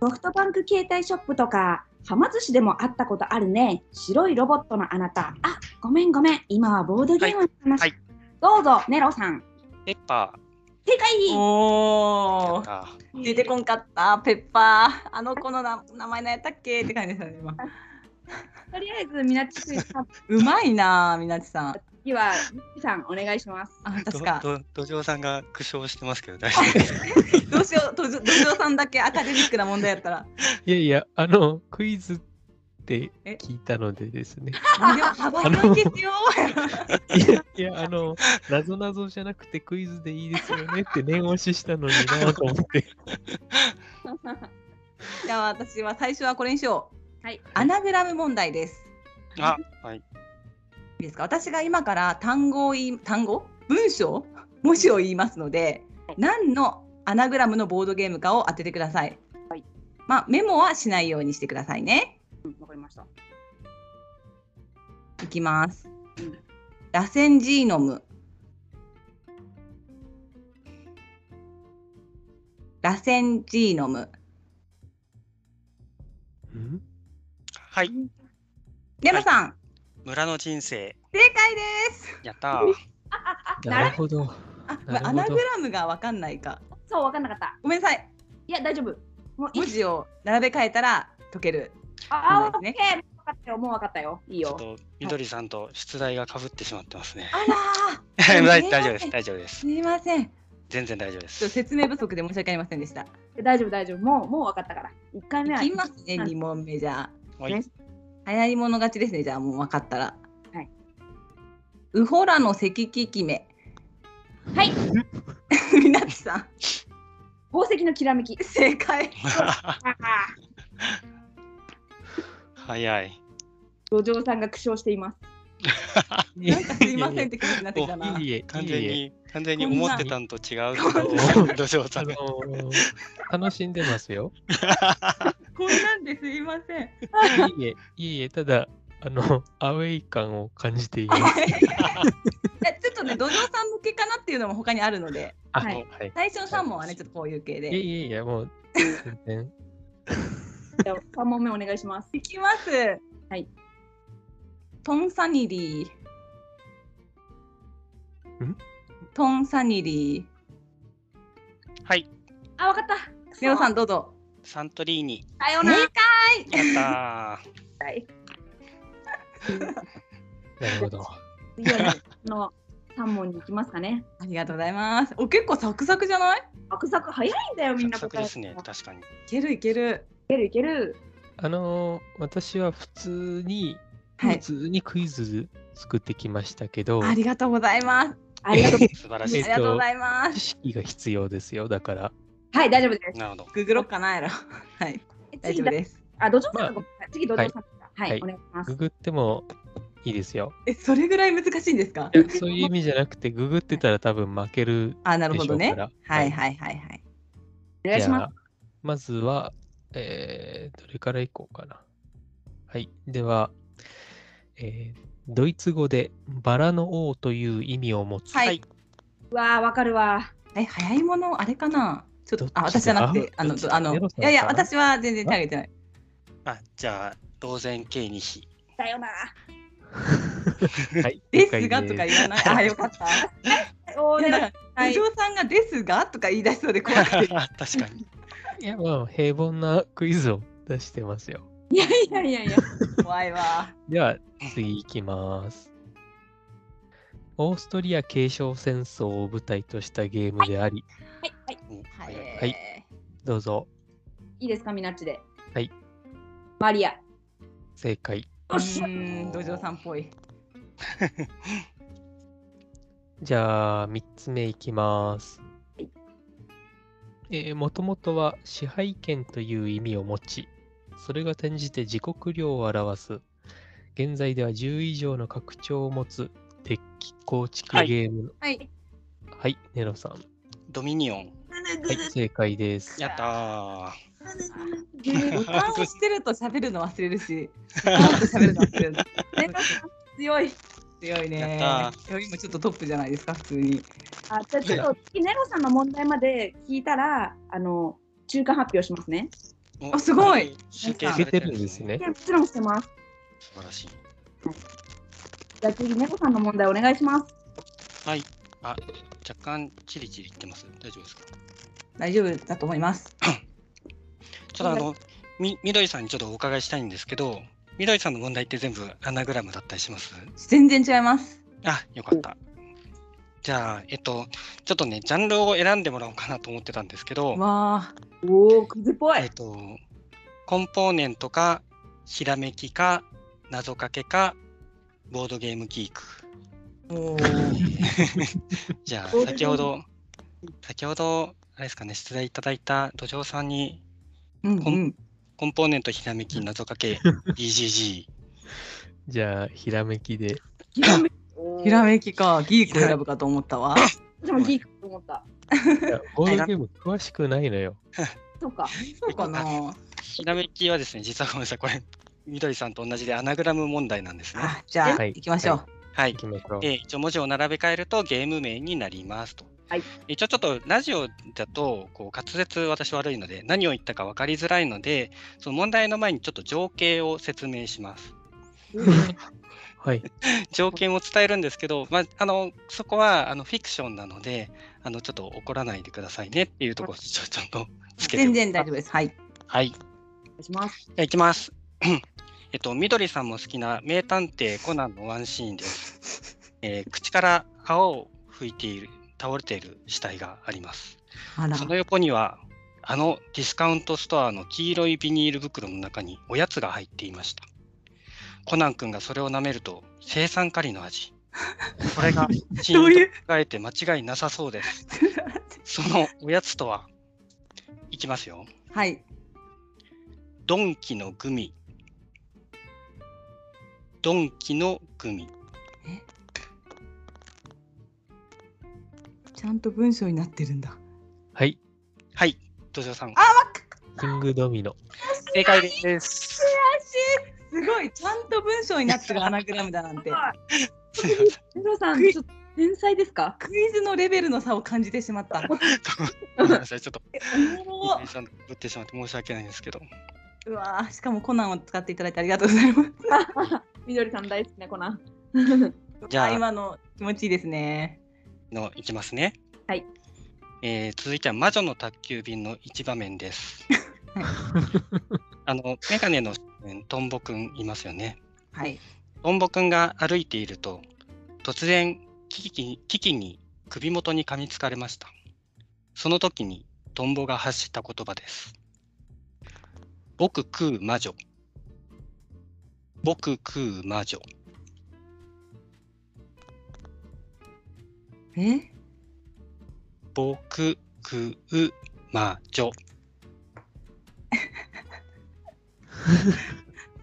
S1: ソフトバンク携帯ショップとか、はま寿司でも会ったことあるね。白いロボットのあなた。あ、ごめんごめん。今はボードゲームの話。
S5: はい
S1: どうぞ、ネロさん。
S5: ペッパ
S1: 正解
S6: いお
S5: ー
S6: お。
S5: か。
S6: 出てこんかった、ペッパー。あの子のな名前なんやったっけって感じでしたね、今。
S1: とりあえず、みなちくいさん、
S6: うまいなあ、みなちさん。
S1: 次は、みなちさん、お願いします。
S6: あ、
S5: ど
S6: 確か。
S5: ど土壌さんが苦笑してますけど大丈夫ですか。
S6: どうしよう、どじょどじょうさんだけアカデミックな問題やったら。
S4: いやいや、あの、クイズって聞いたのでですね。
S6: でも、幅広いですよ。
S4: いやいや、あの、なぞなぞじゃなくてクイズでいいですよねって念押ししたのになと思って。
S6: じゃあ、私は最初はこれにしよう。
S1: はい。
S6: アナグラム問題です。
S5: あ、はい。
S6: いいですか私が今から単語を言い単語文章文字を言いますので何のアナグラムのボードゲームかを当ててください、はいまあ、メモはしないようにしてくださいね
S1: わかりました。
S6: いきます、
S1: うん
S6: 螺旋ジーノム螺旋ジーノム
S4: ん
S5: はい。
S6: レムさん、
S5: 村の人生。
S6: 正解です
S5: やったー。
S4: なるほど。
S6: あ、
S4: なるほど
S6: アナグラムが分かんないか
S1: そう、わかんなかった。
S6: ごめんなさい
S1: いや、大丈夫。もうい
S6: 文
S1: い。
S6: 字を並べ替えたら解ける
S1: あー、
S6: そう
S1: オ
S6: で
S1: ッ
S6: す
S1: ケー。もうわかったよ。もうわかったよ。いい
S5: ちょっ
S1: よ。
S5: と緑さんと出題がかぶってしまってますね。
S6: あらー
S5: 大
S6: はい
S5: 大丈夫 (laughs) です。大丈夫です。
S6: すみません。ち
S5: 全然大丈夫で
S6: ょっと
S5: す。
S6: 説明不足で申し訳ありませんでした。
S1: 大丈夫、大丈夫。もう、もうわかったから。一回目は。
S6: いきますね、2問目じゃ
S5: はい
S1: ね
S6: あ。流行り物勝ちですね、じゃあもう分かったら。
S1: はい。
S6: ウホラの赤キキメ。
S1: はい。
S6: みなちさん、
S1: 宝石のきらめき。
S6: 正解。
S5: (laughs) 早い。
S1: 土壌さんが苦笑しています。
S6: なんかすいませんって気持ちになってきたな。
S4: いいえ、
S5: 完
S4: いい
S5: 全
S4: え
S5: に完全に思ってたんと違うことを
S4: こ
S5: (laughs)
S4: ん
S5: 土壌さ
S4: あ
S5: ん
S4: の
S5: が。
S4: ー (laughs) 楽しんでますよ。
S6: こんなんですいません。
S4: いいえ、いいえ、ただ、あの、アウェイ感を感じています。
S6: いやちょっとね、土壌さん向けかなっていうのも他にあるので、
S4: あ
S1: はい
S4: はい。
S6: 最初の3問はね、ちょっとこういう系
S4: いや
S6: で。い
S4: いやいや、もう、全然。
S1: じゃあ、3問目お願いします。
S6: きます。
S1: はい。
S6: トンサニリー。
S4: ん
S6: トンサニリー。
S5: はい。
S1: あ、わかった。
S6: レオさんどうぞ。
S5: サントリーニ。
S1: さようなら。
S5: やったー。
S4: なるほど。
S1: 次はねこの三問に行きますかね。
S6: ありがとうございます。お結構サクサクじゃない？
S1: サクサク早いんだよみんな
S5: サクサク
S1: 答え
S5: で
S1: が
S5: すね。確かに。
S6: いけるいける。
S1: いけるいける。
S4: あのー、私は普通に、
S6: はい。
S4: 普通にクイズ作ってきましたけど、
S6: ありがとうございます。
S1: ありが
S5: (laughs)
S1: とう。
S5: 素晴ら
S6: あ
S5: し
S6: り
S4: え
S5: い
S4: っ。と
S6: がとうございま
S4: 知
S6: す。
S4: 識が必要ですよ。だから、
S1: はい大丈夫です。
S5: なるほど。
S6: ググろっかなやろ。 (laughs) はい。大丈夫です。
S1: あ土壌さんごめんなさい次土壌さんだ。はい、
S4: はい
S1: お願いします
S4: グ。グってもいいですよ。
S6: えそれぐらい難しいんですか
S4: い？やそういう意味じゃなくて、ググってたら多分負ける
S6: あなる
S4: で
S6: ほ
S4: し
S6: ど
S4: ょうか
S6: ね。
S4: ら。
S6: はいはいはいはい。
S1: お願いします。
S4: あ、まずは、えー、どれからいこうかな。はい。では、えー、ドイツ語でバラの王という意味を持つ。
S6: はい。
S1: うわあわかるわ。
S6: え早いものあれかな？ちょっとあ
S4: どっちだ
S6: 私じゃなくてあの
S4: どっちだ
S6: あの
S4: ネロ
S6: い
S4: さんか
S6: やいや私は全然手挙げてない。
S5: あ、じゃあ、当然系に比。
S1: さようなら。
S4: はい。
S6: で
S4: 了
S6: すが
S4: 解
S6: とか
S4: です
S6: 言わない。あよかった。
S1: おー
S6: いや
S1: ね
S6: だから
S7: はい
S6: 藤尾さんがですがとか言い出しそうで怖い。
S5: (laughs) 確かに。
S4: いや、まあ、平凡なクイズを出してますよ。
S7: いやいやいやいや。
S6: 怖いわ。
S4: では、次いきます。オーストリア継承戦争を舞台としたゲームであり、
S7: はい、はい、
S6: はい。
S4: はいどうぞ、
S7: いいですか、みなっちで。
S4: はい。
S7: マリア。よ
S4: 正解。
S6: う
S7: っしゃ。
S6: ーん、土壌さんっぽい。
S4: じゃあ、3つ目いきます。えー、もともとは支配権という意味を持ち、それが転じて自国領を表す、現在では10以上の拡張を持つ鉄器構築
S5: はい
S4: ゲームの、
S7: はい。
S4: はい、ネロさん。
S5: ドミニオン。
S4: (laughs) はい、正解です。
S5: やった
S6: ボ
S5: ー。
S6: タンを押してると喋るの忘れるし、ボタンを押して喋るの忘れるの。
S7: ね強い。
S6: 強い
S5: やっ
S6: ね
S5: た。
S6: 今ちょっとトップじゃないですか、普通に。
S7: あ、じゃあちょっと次、ネロさんの問題まで聞いたら、あの、中間発表しますね。
S5: お
S6: あすごい。
S5: 真剣
S4: い
S5: さ
S4: け
S5: れ
S4: てるんです。ね
S7: い。や、もちろんしてます。
S5: 素晴らしい。
S7: じゃあ次、ネロさんの問題お願いします。
S5: はい。あ、若干チリチリいってます。大丈夫ですか。
S6: 大丈夫だと思います。
S5: ちょっとあの、み、みどりさんにちょっとお伺いしたいんですけど、みどりさんの問題って全部アナグラムだったりします
S6: 全然違います。
S5: あ、よかった。じゃあ、えっと、ちょっとね、ジャンルを選んでもらおうかなと思ってたんですけど、
S6: わあ、
S7: おお、クズっぽ
S5: えっ。と、コンポーネントか、ひらめきか、謎かけか、ボードゲームギーク。
S6: おお。
S5: じゃあ、
S7: ボードゲーム
S5: 先ほど、先ほど、あれですかね、出題いただいた土壌さんに、
S6: うんうん。
S5: コンポーネント、ひらめき、謎
S7: (laughs)
S5: かけ、BGG。
S4: じゃあ、ひらめきで。
S7: ひらめき。
S6: ひらめきか、ギークを選ぶかと思ったわ。
S7: でもギークと思った。
S4: いやボードゲーム詳しくないのよ。
S7: そうか。
S6: そうかな。
S5: ひらめきはですね、実はごめんなさい、これ、みどりさんと同じでアナグラム問題なんですね。
S6: あ、じゃあ、
S4: はい
S6: 行きましょう。
S5: はい
S4: い。きましょう。
S5: で、一応文字を並べ替えるとゲーム名になりますと。
S7: はい
S5: 一応ちょっとラジオだとこう滑舌私悪いので何を言ったか分かりづらいのでその問題の前にちょっと情景を説明します。 (laughs)
S4: はい。
S5: 情景も伝えるんですけど、まあ、あのそこはあのフィクションなのであのちょっと怒らないでくださいねっていうところをちょちょっとつけて
S6: 全然大丈夫です。はい。
S5: はい。
S7: お願いします。
S5: じゃあいきます。 (coughs) えっと、みどりさんも好きな名探偵コナンのワンシーンです。えー口から泡を吹いている、倒れている死体があります。
S6: あら
S5: そ。の横には、あのディスカウントストアの黄色いビニール袋の中におやつが入っていました。コナン君がそれを舐めると、生酸カリの味。これがシー
S6: (laughs) どうい
S5: ン
S6: う
S5: と考えて間違いなさそうです。そのおやつとは、いきますよ。
S6: (laughs) はい。
S5: ドンキのグミ。ドンキのグミ。
S6: ちゃんと文章になってるんだ。
S4: はい。
S5: はい、土壌さん。
S4: キングドミノ。
S5: 正解です。
S6: すごい、ちゃんと文章になってるアナグラムだなん (laughs) て。
S5: すいません
S7: ネロさん、ちょっと天才ですか。
S6: クイズのレベルの差を感じてしまった。
S5: ごめんなさい、ちょっと、
S6: お
S5: インさんぶってしまって申し訳ないんですけど。
S6: (laughs) うわーしかもコナンを使っていただいてありがとうござい (laughs) ます。
S7: みどりさん大好きな
S6: (laughs)
S7: 子な。
S5: じゃあ
S6: うわー今の気持ちいいですね。
S5: の、いきますね。
S7: はい。
S5: えー続いては魔女の宅急便の一場面です。あの、メガネのトンボくんいますよね。
S6: はい。
S5: トンボくんが歩いていると、突然キキに、キキに首元に噛みつかれました。その時にトンボが発した言葉です。僕食う魔女。僕食う魔女。
S6: え
S5: 僕食う魔女。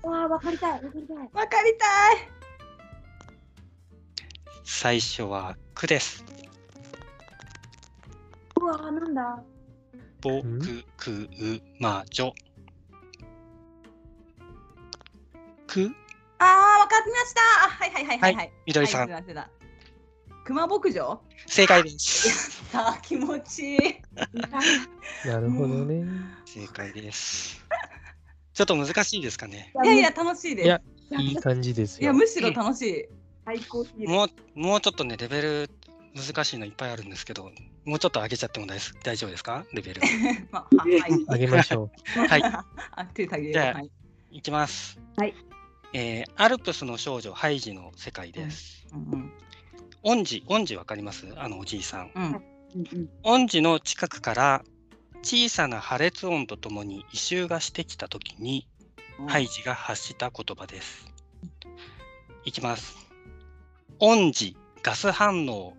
S7: わあ、わかりたい。わかりたい。
S6: わかりたい
S5: 最初はくです。
S7: うわあ、なんだ。
S5: 僕食う魔女。く、
S6: あー、わかりましたはいはいはいはいはい。
S5: みどりさ
S6: は
S5: ん。
S6: いすいませだ。熊牧場 (laughs)
S5: 正解です。
S6: さあ、気持ちいい。
S4: なるほどね。
S5: 正解
S6: (laughs)
S5: です。ちょっと難しいですかね。
S6: いやいや、、楽しいです。
S4: いや
S6: い
S4: いい感じです
S6: や、
S4: よ。
S6: むしろ楽しい。
S7: 最高すぎる。
S5: もうもうちょっとね、レベル難しいのいっぱいあるんですけど、もうちょっと上げちゃっても大す大丈夫ですかレ
S6: (laughs)
S5: ベル。
S6: ま
S7: (laughs)
S6: あ、はい。
S4: あげましょ
S5: はい。
S6: あ、手下げ
S5: じ
S6: よう。
S5: ゃあ
S6: はい。
S5: いきます。
S7: はい。
S5: えーアルプスの少女ハイジの世界です。
S6: うん
S5: 恩師、恩師わかりますあのおじいさん。
S6: うん。うん。
S7: うん
S5: 恩師の近くから小さな破裂音とともに異臭がしてきたときに、ハイジが発した言葉です。いきます。恩師、ガス反
S6: (laughs)
S5: 応。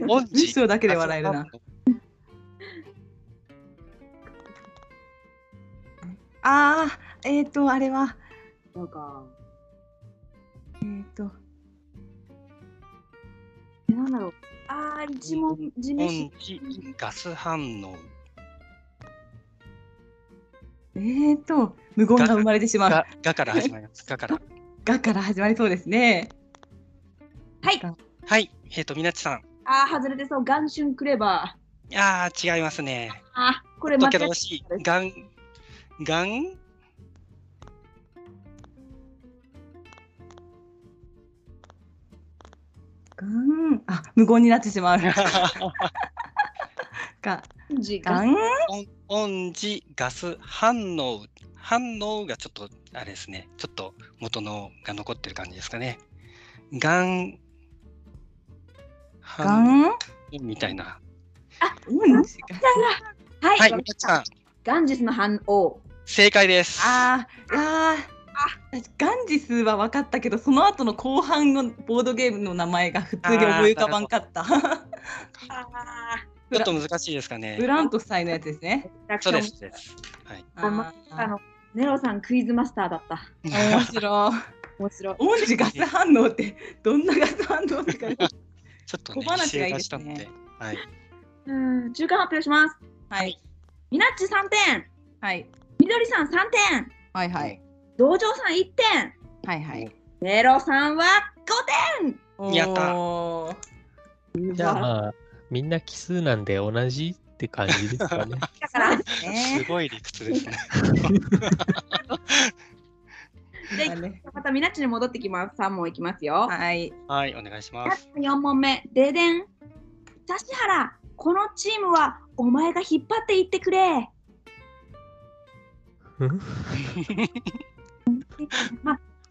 S5: 恩
S6: 文
S5: 師、
S6: 章だけで笑えるな。ああ、えっ、ー、と、あれは、
S7: うんなんか、
S6: えっ、ー、と、
S7: えなんだろう。ああ、一問、地
S5: オン
S7: 面
S5: チガス反応
S6: えっ、ー、と、無言が生まれてしまう。
S5: ががから始まります。がから。
S6: がから始まりそうですね。
S7: はい。
S5: はい、えっ、と、みなちさん。
S7: ああ、外れてそう。元春クレバー。
S5: いやー、違いますね。
S7: あーこれ
S5: だ
S7: 間違
S5: け
S7: え
S5: ど
S7: た
S5: 惜しい。がん、が (laughs) ん、
S6: がん、あ、無言になってしまう。が、
S7: 字が
S6: がん、
S5: オンジガス反応。反応がちょっと、あれですね。ちょっと元のが残ってる感じですかね。がん、
S6: が
S5: 反応
S6: ん。
S5: みたいな。
S6: うん。
S7: はい、
S5: はい、
S7: わ
S5: みな
S7: かり
S5: ち
S7: ました
S5: さん。
S7: ガンジスの反応。
S5: 正解です。
S6: あーあーガンジスは分かったけどその後の後半のボードゲームの名前が普通に思い浮かばんかった。
S5: ちょっと難しいですかね
S6: (laughs) ブ。ラント夫妻のやつですね。
S5: そうです。そうです
S7: あま
S6: あ
S7: あのネロさんクイズマスターだった。
S6: ー面白い。
S7: 面白い。
S6: オンジガス反応ってどんなガス反応ですか
S5: (laughs)
S6: ね。
S5: ちょっとね、
S6: 小話がいい
S5: 異性
S6: ですね
S5: したので。はい。
S7: うん、中間発表します。
S6: はい
S7: ミナッチ3点、
S6: はい
S7: みどりさん3点、
S6: はいはい
S7: 道場さん1点、
S6: はいはい。
S7: ネロさんは
S5: やった
S6: おー
S7: 5点。
S4: う。じゃあまあ、みんな奇数なんで同じって感じですか
S6: (laughs)
S4: ね。
S7: だから、じ
S5: す
S6: ね
S5: ごい理屈です
S6: (laughs)
S5: ね。
S7: ゃあまたミナッチに戻ってきます。3問いきますよ。
S6: はい。
S5: はい、お願いしま
S7: ラ
S5: す。
S7: スト4問目、ででん。指原、このチームはお前が引っ張っていってくれ。
S4: うん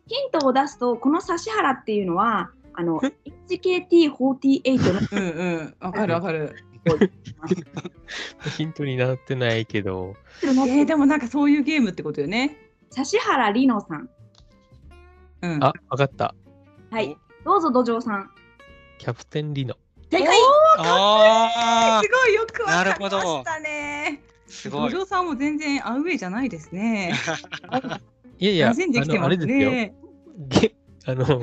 S7: ヒントを出すと、この指原っていうのは、あの HKT48 の
S6: うんうんわかるわかる。
S4: ヒントになってないけど、
S6: えー、でもなんかそういうゲームってことよね。
S7: 指原莉乃さん。
S6: うん。
S4: あ、わかった。
S7: はい。どうぞ、土壌さん。
S4: キャプテンリノ。
S7: 正解
S5: (laughs) ああ
S6: す、ごいよくわか
S5: な
S6: り
S5: るほ
S6: ま
S5: ど
S6: したね。
S5: すごい
S6: 土。壌さんも全然アウェイじゃないですね。
S4: いやいや、
S6: 馴染んできて
S4: あのあ
S6: ま
S4: れ
S6: す
S4: ですよ。
S6: ね。
S4: げあの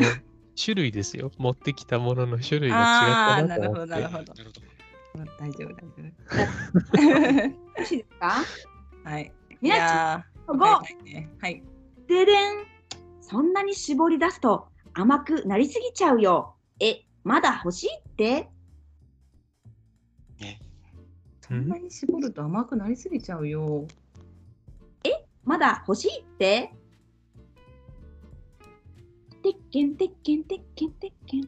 S4: 種類ですよ。持ってきたものの種類が違
S6: ああー、
S4: った
S6: な
S4: なと
S6: るほ
S4: 思
S6: ど、
S4: って。
S5: なるほど
S6: (laughs) なるほど。大丈夫、大丈
S7: よろしいですか
S6: 夫。はい。い
S7: みなっち
S6: やー、
S7: 5
S6: わかりたいねはい。
S7: ででんそんなに絞り出すと甘くなりすぎちゃうよえまだ欲しいって
S6: そんなに絞ると甘くなりすぎちゃうよ。
S7: まだ欲しいっててっけんてっけんてっけんてっけん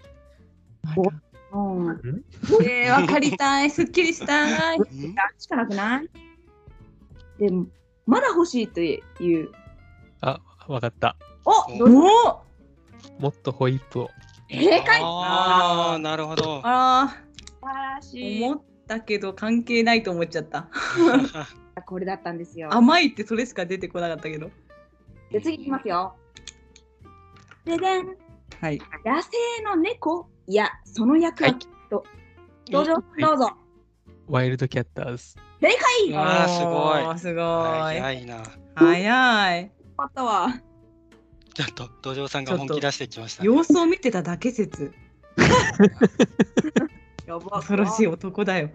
S7: うん
S6: えー、わかりたい。すっきりしたい。
S5: うん
S7: しかなくないでもまだ欲しいという
S4: あ、わかった。
S7: おどう
S6: おお。
S4: もっとホイップを。
S7: 正解素
S5: ああ、なるほ
S6: (laughs)
S5: ど。
S6: あら
S7: 晴らし
S6: ー、思ったけど関係ないと思っちゃった。
S7: これだったんですよ
S6: 甘いってそれしか出てこなかったけど。
S7: じゃあ次いきますよででん
S6: はい。
S7: 野生の猫いやその役はきっと、どうぞどうぞ
S4: ワイルドキャッターズ。
S5: うわーすごい
S6: おーすごい。
S5: 早いな。
S6: 早い。
S7: あったわ。
S5: ちょっと土壌さんが本気出してきましたね。
S6: 様子を見てただけ説。
S7: やば
S6: 恐ろしい。男だよ。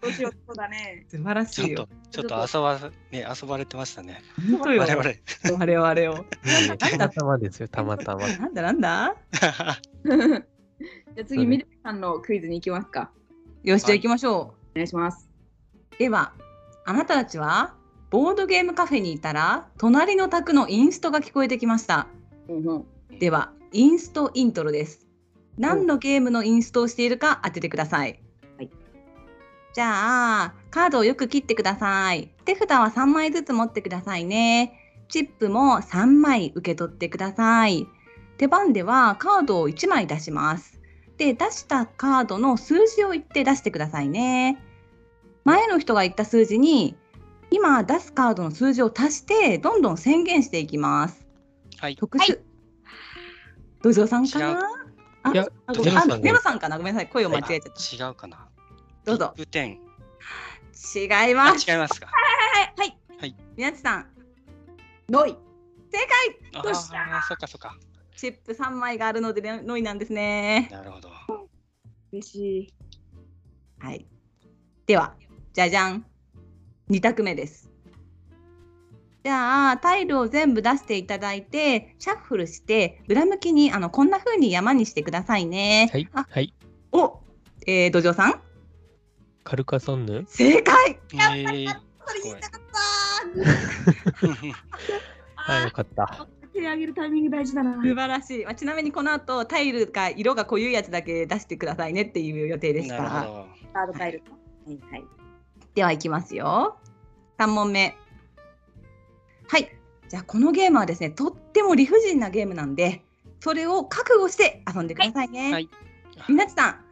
S7: どうしようそうだね。
S6: 素晴
S5: (laughs)
S6: ら
S5: ちょ
S6: し
S5: っ
S6: い
S5: と。
S6: よ
S5: ちょっと遊ばね遊ばれてましたね。
S6: 本当よ
S5: 我。々。
S6: 我々を。
S4: たまたまですよ、たまたま。
S6: なんだなんだ
S7: じゃあ次、みるさんのクイズに行きますか。
S6: よし、じゃあ行きましょ
S7: お願いします。
S6: う。では、あなたたちは、ボードゲームカフェにいたら、隣の宅のインストが聞こえてきました。
S7: うんうん。
S6: では、インストイントロです。何のゲームのインストをしているか当ててください。
S7: はい
S6: じゃあ、カードをよく切ってください。手札は3枚ずつ持ってくださいね。チップも3枚受け取ってください。手番ではカードを1枚出します。で、出したカードの数字を言って出してくださいね。前の人が言った数字に、今出すカードの数字を足して、どんどん宣言していきます。
S5: (laughs) はい。
S6: 特殊。土壌さんか
S5: 違う
S6: なあ
S4: いや
S6: あ
S5: 土壌さん
S6: あネロさんかなごめんなさい、声を間違えちゃっ
S5: 違うかな。
S6: どうぞ
S5: ビップ10。
S6: た。違い
S5: あ、
S6: ます。
S5: 違いますか。
S6: はい、はい、
S5: はい。
S6: 宮地さん、
S7: ノイ
S5: あ
S6: ど
S5: あ、
S6: うした
S5: そっかそっか。
S6: チップ3枚があるので、ねノイなんですね。
S5: なるほど。
S7: 嬉しい。
S6: はい。では、じゃじゃん。2択目です。じゃあ、タイルを全部出していただいて、シャッフルして、裏向きに、あの、こんな風に山にしてくださいね。
S4: はい。
S6: あ、
S4: はい。
S6: お、えー、土壌さん、
S4: カルカソンヌ。
S6: 正解
S5: えー、
S6: それ言いたかった
S4: あ、よかった。
S7: 手あげるタイミング大事だな。
S6: 素晴らしい、まあ、ちなみにこの後タイルか色が濃いやつだけ出してくださいねっていう予定でし
S5: (laughs) なるほ
S6: た
S5: ど。
S7: カード変えると。はいはい。
S6: ではいきますよ3問目はいじゃあこのゲームはですねとっても理不尽なゲームなんでそれを覚悟して遊んでくださいね、
S5: はい
S6: みなちさん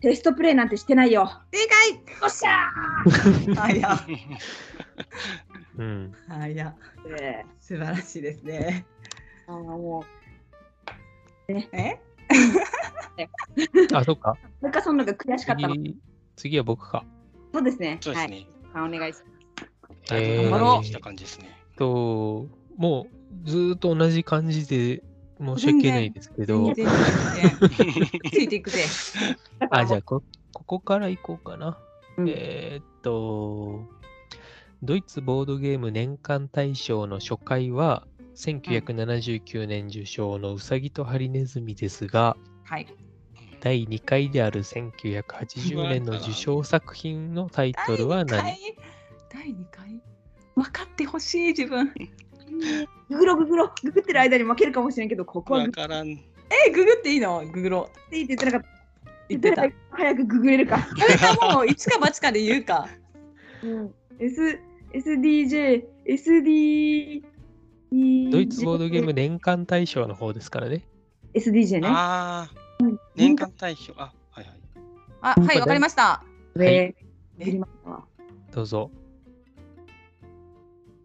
S7: テストプレイなんてしてないよ。
S6: 正
S7: よっしゃ
S6: 解早っ
S4: うん。
S6: 早っ
S7: ー
S6: 素晴らしいですね
S7: あーも
S6: え
S4: あ、そっか。
S7: う、ルカソンのが悔しかったの。
S4: (laughs) 次、次は僕か。
S7: そうですね。
S5: そうですね。
S7: はい。あお願いし
S5: だいぶ
S4: えー
S5: 頑張ってきた感じです
S6: (laughs)
S5: ね。 (laughs)
S4: と、もうずーっと同じ感じで申し訳ないですけど
S6: 全、然全然ついていくぜ
S7: ます。
S4: あ、じゃあこ、ここから行こうかな。
S7: うん
S4: えーっと、ドイツボードゲーム年間大賞の初回は、1979年受賞のうさぎとハリネズミですが、
S6: はい
S4: 第2回である1980年の受賞作品のタイトルは何
S6: 第2回分かってほしい自分
S7: ググロググロ、ググってる間に負けるかもしれんけど、ここは
S5: わ
S7: ググ
S5: からん。
S6: えググっていいのググろう
S7: っていいって言ってなかった。
S6: 言ってた
S7: 誰か早くググれるか。
S6: それかもう一か八かで言うか
S7: S、SDJ、SD、
S4: ドイツボードゲーム年間大賞の方ですからね。
S7: SDJ ね。
S5: ああ、年間代表。あ、はいはい。
S6: あはいわかりました
S7: 上、グりましたわ。
S4: どうぞ。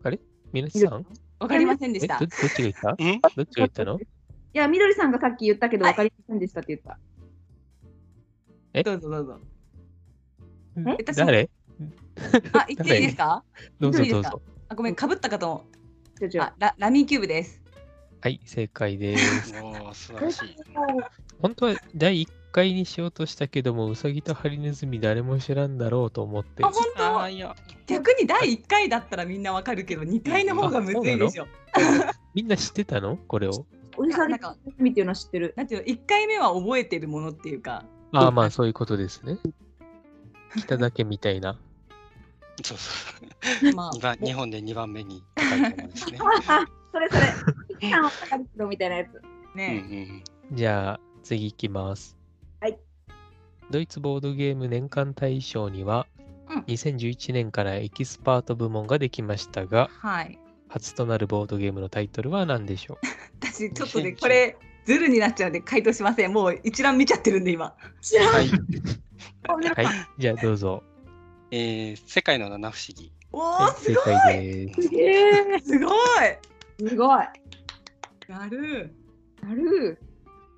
S4: あれみなちさん
S6: わかりませんで
S4: え
S6: した
S4: どどっちが言
S6: (laughs)
S4: った
S5: うん
S4: どっちが言ったの
S7: いや、みどりさんがさっき言ったけど、
S6: は
S7: わ
S6: い
S7: かりませんでしたって言った。
S4: え
S6: どうぞどうぞ
S4: え
S6: 私も
S4: 誰
S6: あ言っていいですか
S4: どうぞ
S6: 一人
S4: ど
S6: で
S4: う
S6: すか
S4: ぞ。
S6: あごめんかぶったかと思う
S7: ちょちょ
S6: あララミーキューブです
S4: はい、正解です。 (laughs)
S5: おお、素晴らしい。
S4: 本当は第1回にしようとしたけども、うさぎとハリネズミ誰も知らんだろうと思って
S6: あ。本
S5: あ
S6: 当
S5: あ、いや。
S6: 逆に第一回だったらみんなわかるけど二回の方がむずいでしょ
S4: みんな知ってたのこれを。
S7: おじさん
S6: な
S7: が
S6: んか
S7: 趣味っていうのは知ってる。
S6: なんていうの一回目は覚えてるものっていうか
S4: ああ、まあそういうことですね。来ただけみたいな。
S5: そうそう。
S6: ま
S5: 二
S6: あ
S5: 番日本で二番目に高いと思うん
S6: (laughs)
S5: ですね。
S7: (laughs) それそれ。一旦わかるけどみたいなやつ。
S5: うんう
S6: ね
S5: ん。
S4: じゃあ次いきます。
S7: はい。
S4: ドイツボードゲーム年間大賞には、
S6: うん
S4: 2011年からエキスパート部門ができましたが、
S6: はい
S4: 初となるボードゲームのタイトルは何でしょ
S6: 私ちょっとねこれズルになっちゃうんで回答しませんもう一覧見ちゃってるんで今
S7: 知らん。
S5: はい。
S4: う
S6: (laughs)
S4: はい、じゃあどうぞ。
S5: えー、世界の七不思議。
S6: お
S4: は
S6: お
S4: い
S6: す
S4: 正
S6: ご
S4: 解です。
S7: すげえ。
S6: いすごい
S7: すごい。
S6: やる
S7: なる。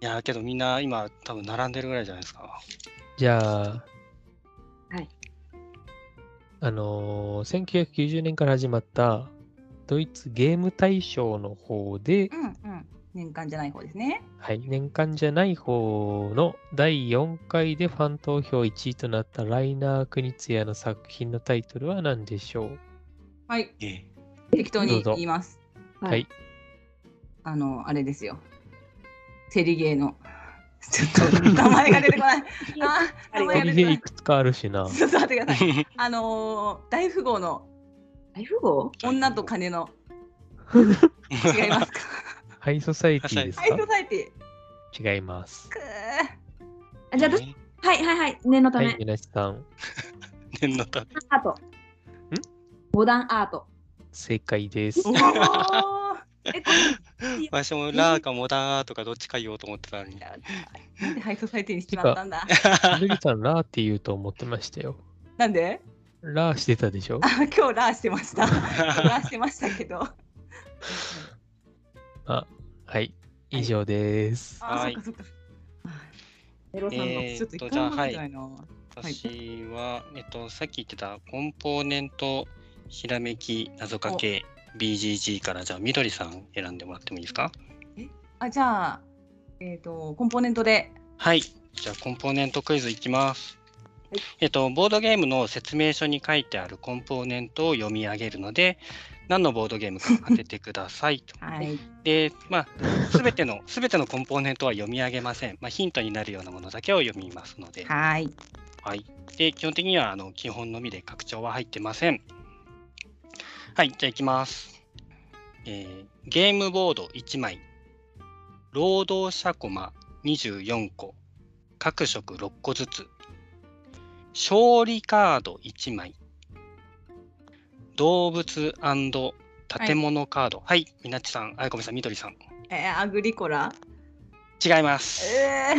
S5: いやーけどみんな今多分並んでるぐらいじゃないですか。
S4: じゃあ、
S7: はい。
S4: あのー1990年から始まったドイツゲーム大賞の方で、
S6: うんうん年間じゃない方ですね
S4: はい、年間じゃない方の第4回でファン投票1位となったライナー・クニツヤの作品のタイトルは何でしょう
S6: はい
S5: え (laughs) ー
S6: 適当に
S4: どうぞ
S6: 言います
S4: はい、
S7: はい
S6: あのあれですよセリゲーのちょっと名前が出てこないあー名前
S4: セ
S6: が
S4: リゲー
S6: 出てこない
S4: いくつかあるしな。
S6: ちょっと待ってくださいあのー大富豪の
S7: 大富豪
S6: 女と
S5: (laughs)
S6: 金の違いますか
S4: ハイソサイティです
S6: ハイ
S4: か
S6: ソサイテ
S4: 違います。
S6: くー
S7: あじゃあ
S5: (laughs)
S7: 私、
S5: ね
S7: はいはいはい、念のた
S4: は
S7: め、
S4: い、皆さん、
S5: 念のため。
S7: アート。モダンアート。
S4: 正解です。
S6: おー
S7: え、これ
S5: 私もラーかモダンアートかどっちか言おうと思ってたのに。
S6: なんでハイソサイティにしちまった
S5: (laughs)
S6: んだ。
S4: ルギさん、ラーって言うと思ってましたよ。
S6: なんで
S4: ラーしてたでしょ
S6: あ今日ラーしてま
S5: (laughs)
S6: した。ラーしてましたけど。
S4: はい、以上です。
S6: あ、
S5: はい
S6: そっかそっか。
S7: メロさんの、
S5: え
S6: ちょ
S5: ー
S6: っ
S5: っ
S6: と
S5: と、
S6: 一
S5: じゃあ、は
S6: 回も見て
S5: い
S6: な。いな。
S5: 私は、えっと、さっき言ってたコンポーネントひらめき謎かけ BGG からじゃあみどりさん選んでもらってもいいですか
S6: あ、じゃあ、えっ、と、コンポーネントで。
S5: はいじゃあコンポーネントクイズいきます、えっとボードゲームの説明書に書いてあるコンポーネントを読み上げるので何のボードゲームか当ててくださいと
S6: (laughs) はい。
S5: でまあ全ての全てのコンポーネントは読み上げません、まあ、ヒントになるようなものだけを読みますので
S6: はい。
S5: はい。で、基本的にはあの基本のみで拡張は入ってません。はい、じゃあいきます、えーゲームボード1枚、労働者駒24個、各色6個ずつ、勝利カード1枚、動物建物カード。はい、みなっちさん、あやこみさん、みどりさん。
S6: えー、アグリコラ。
S5: 違います。
S6: え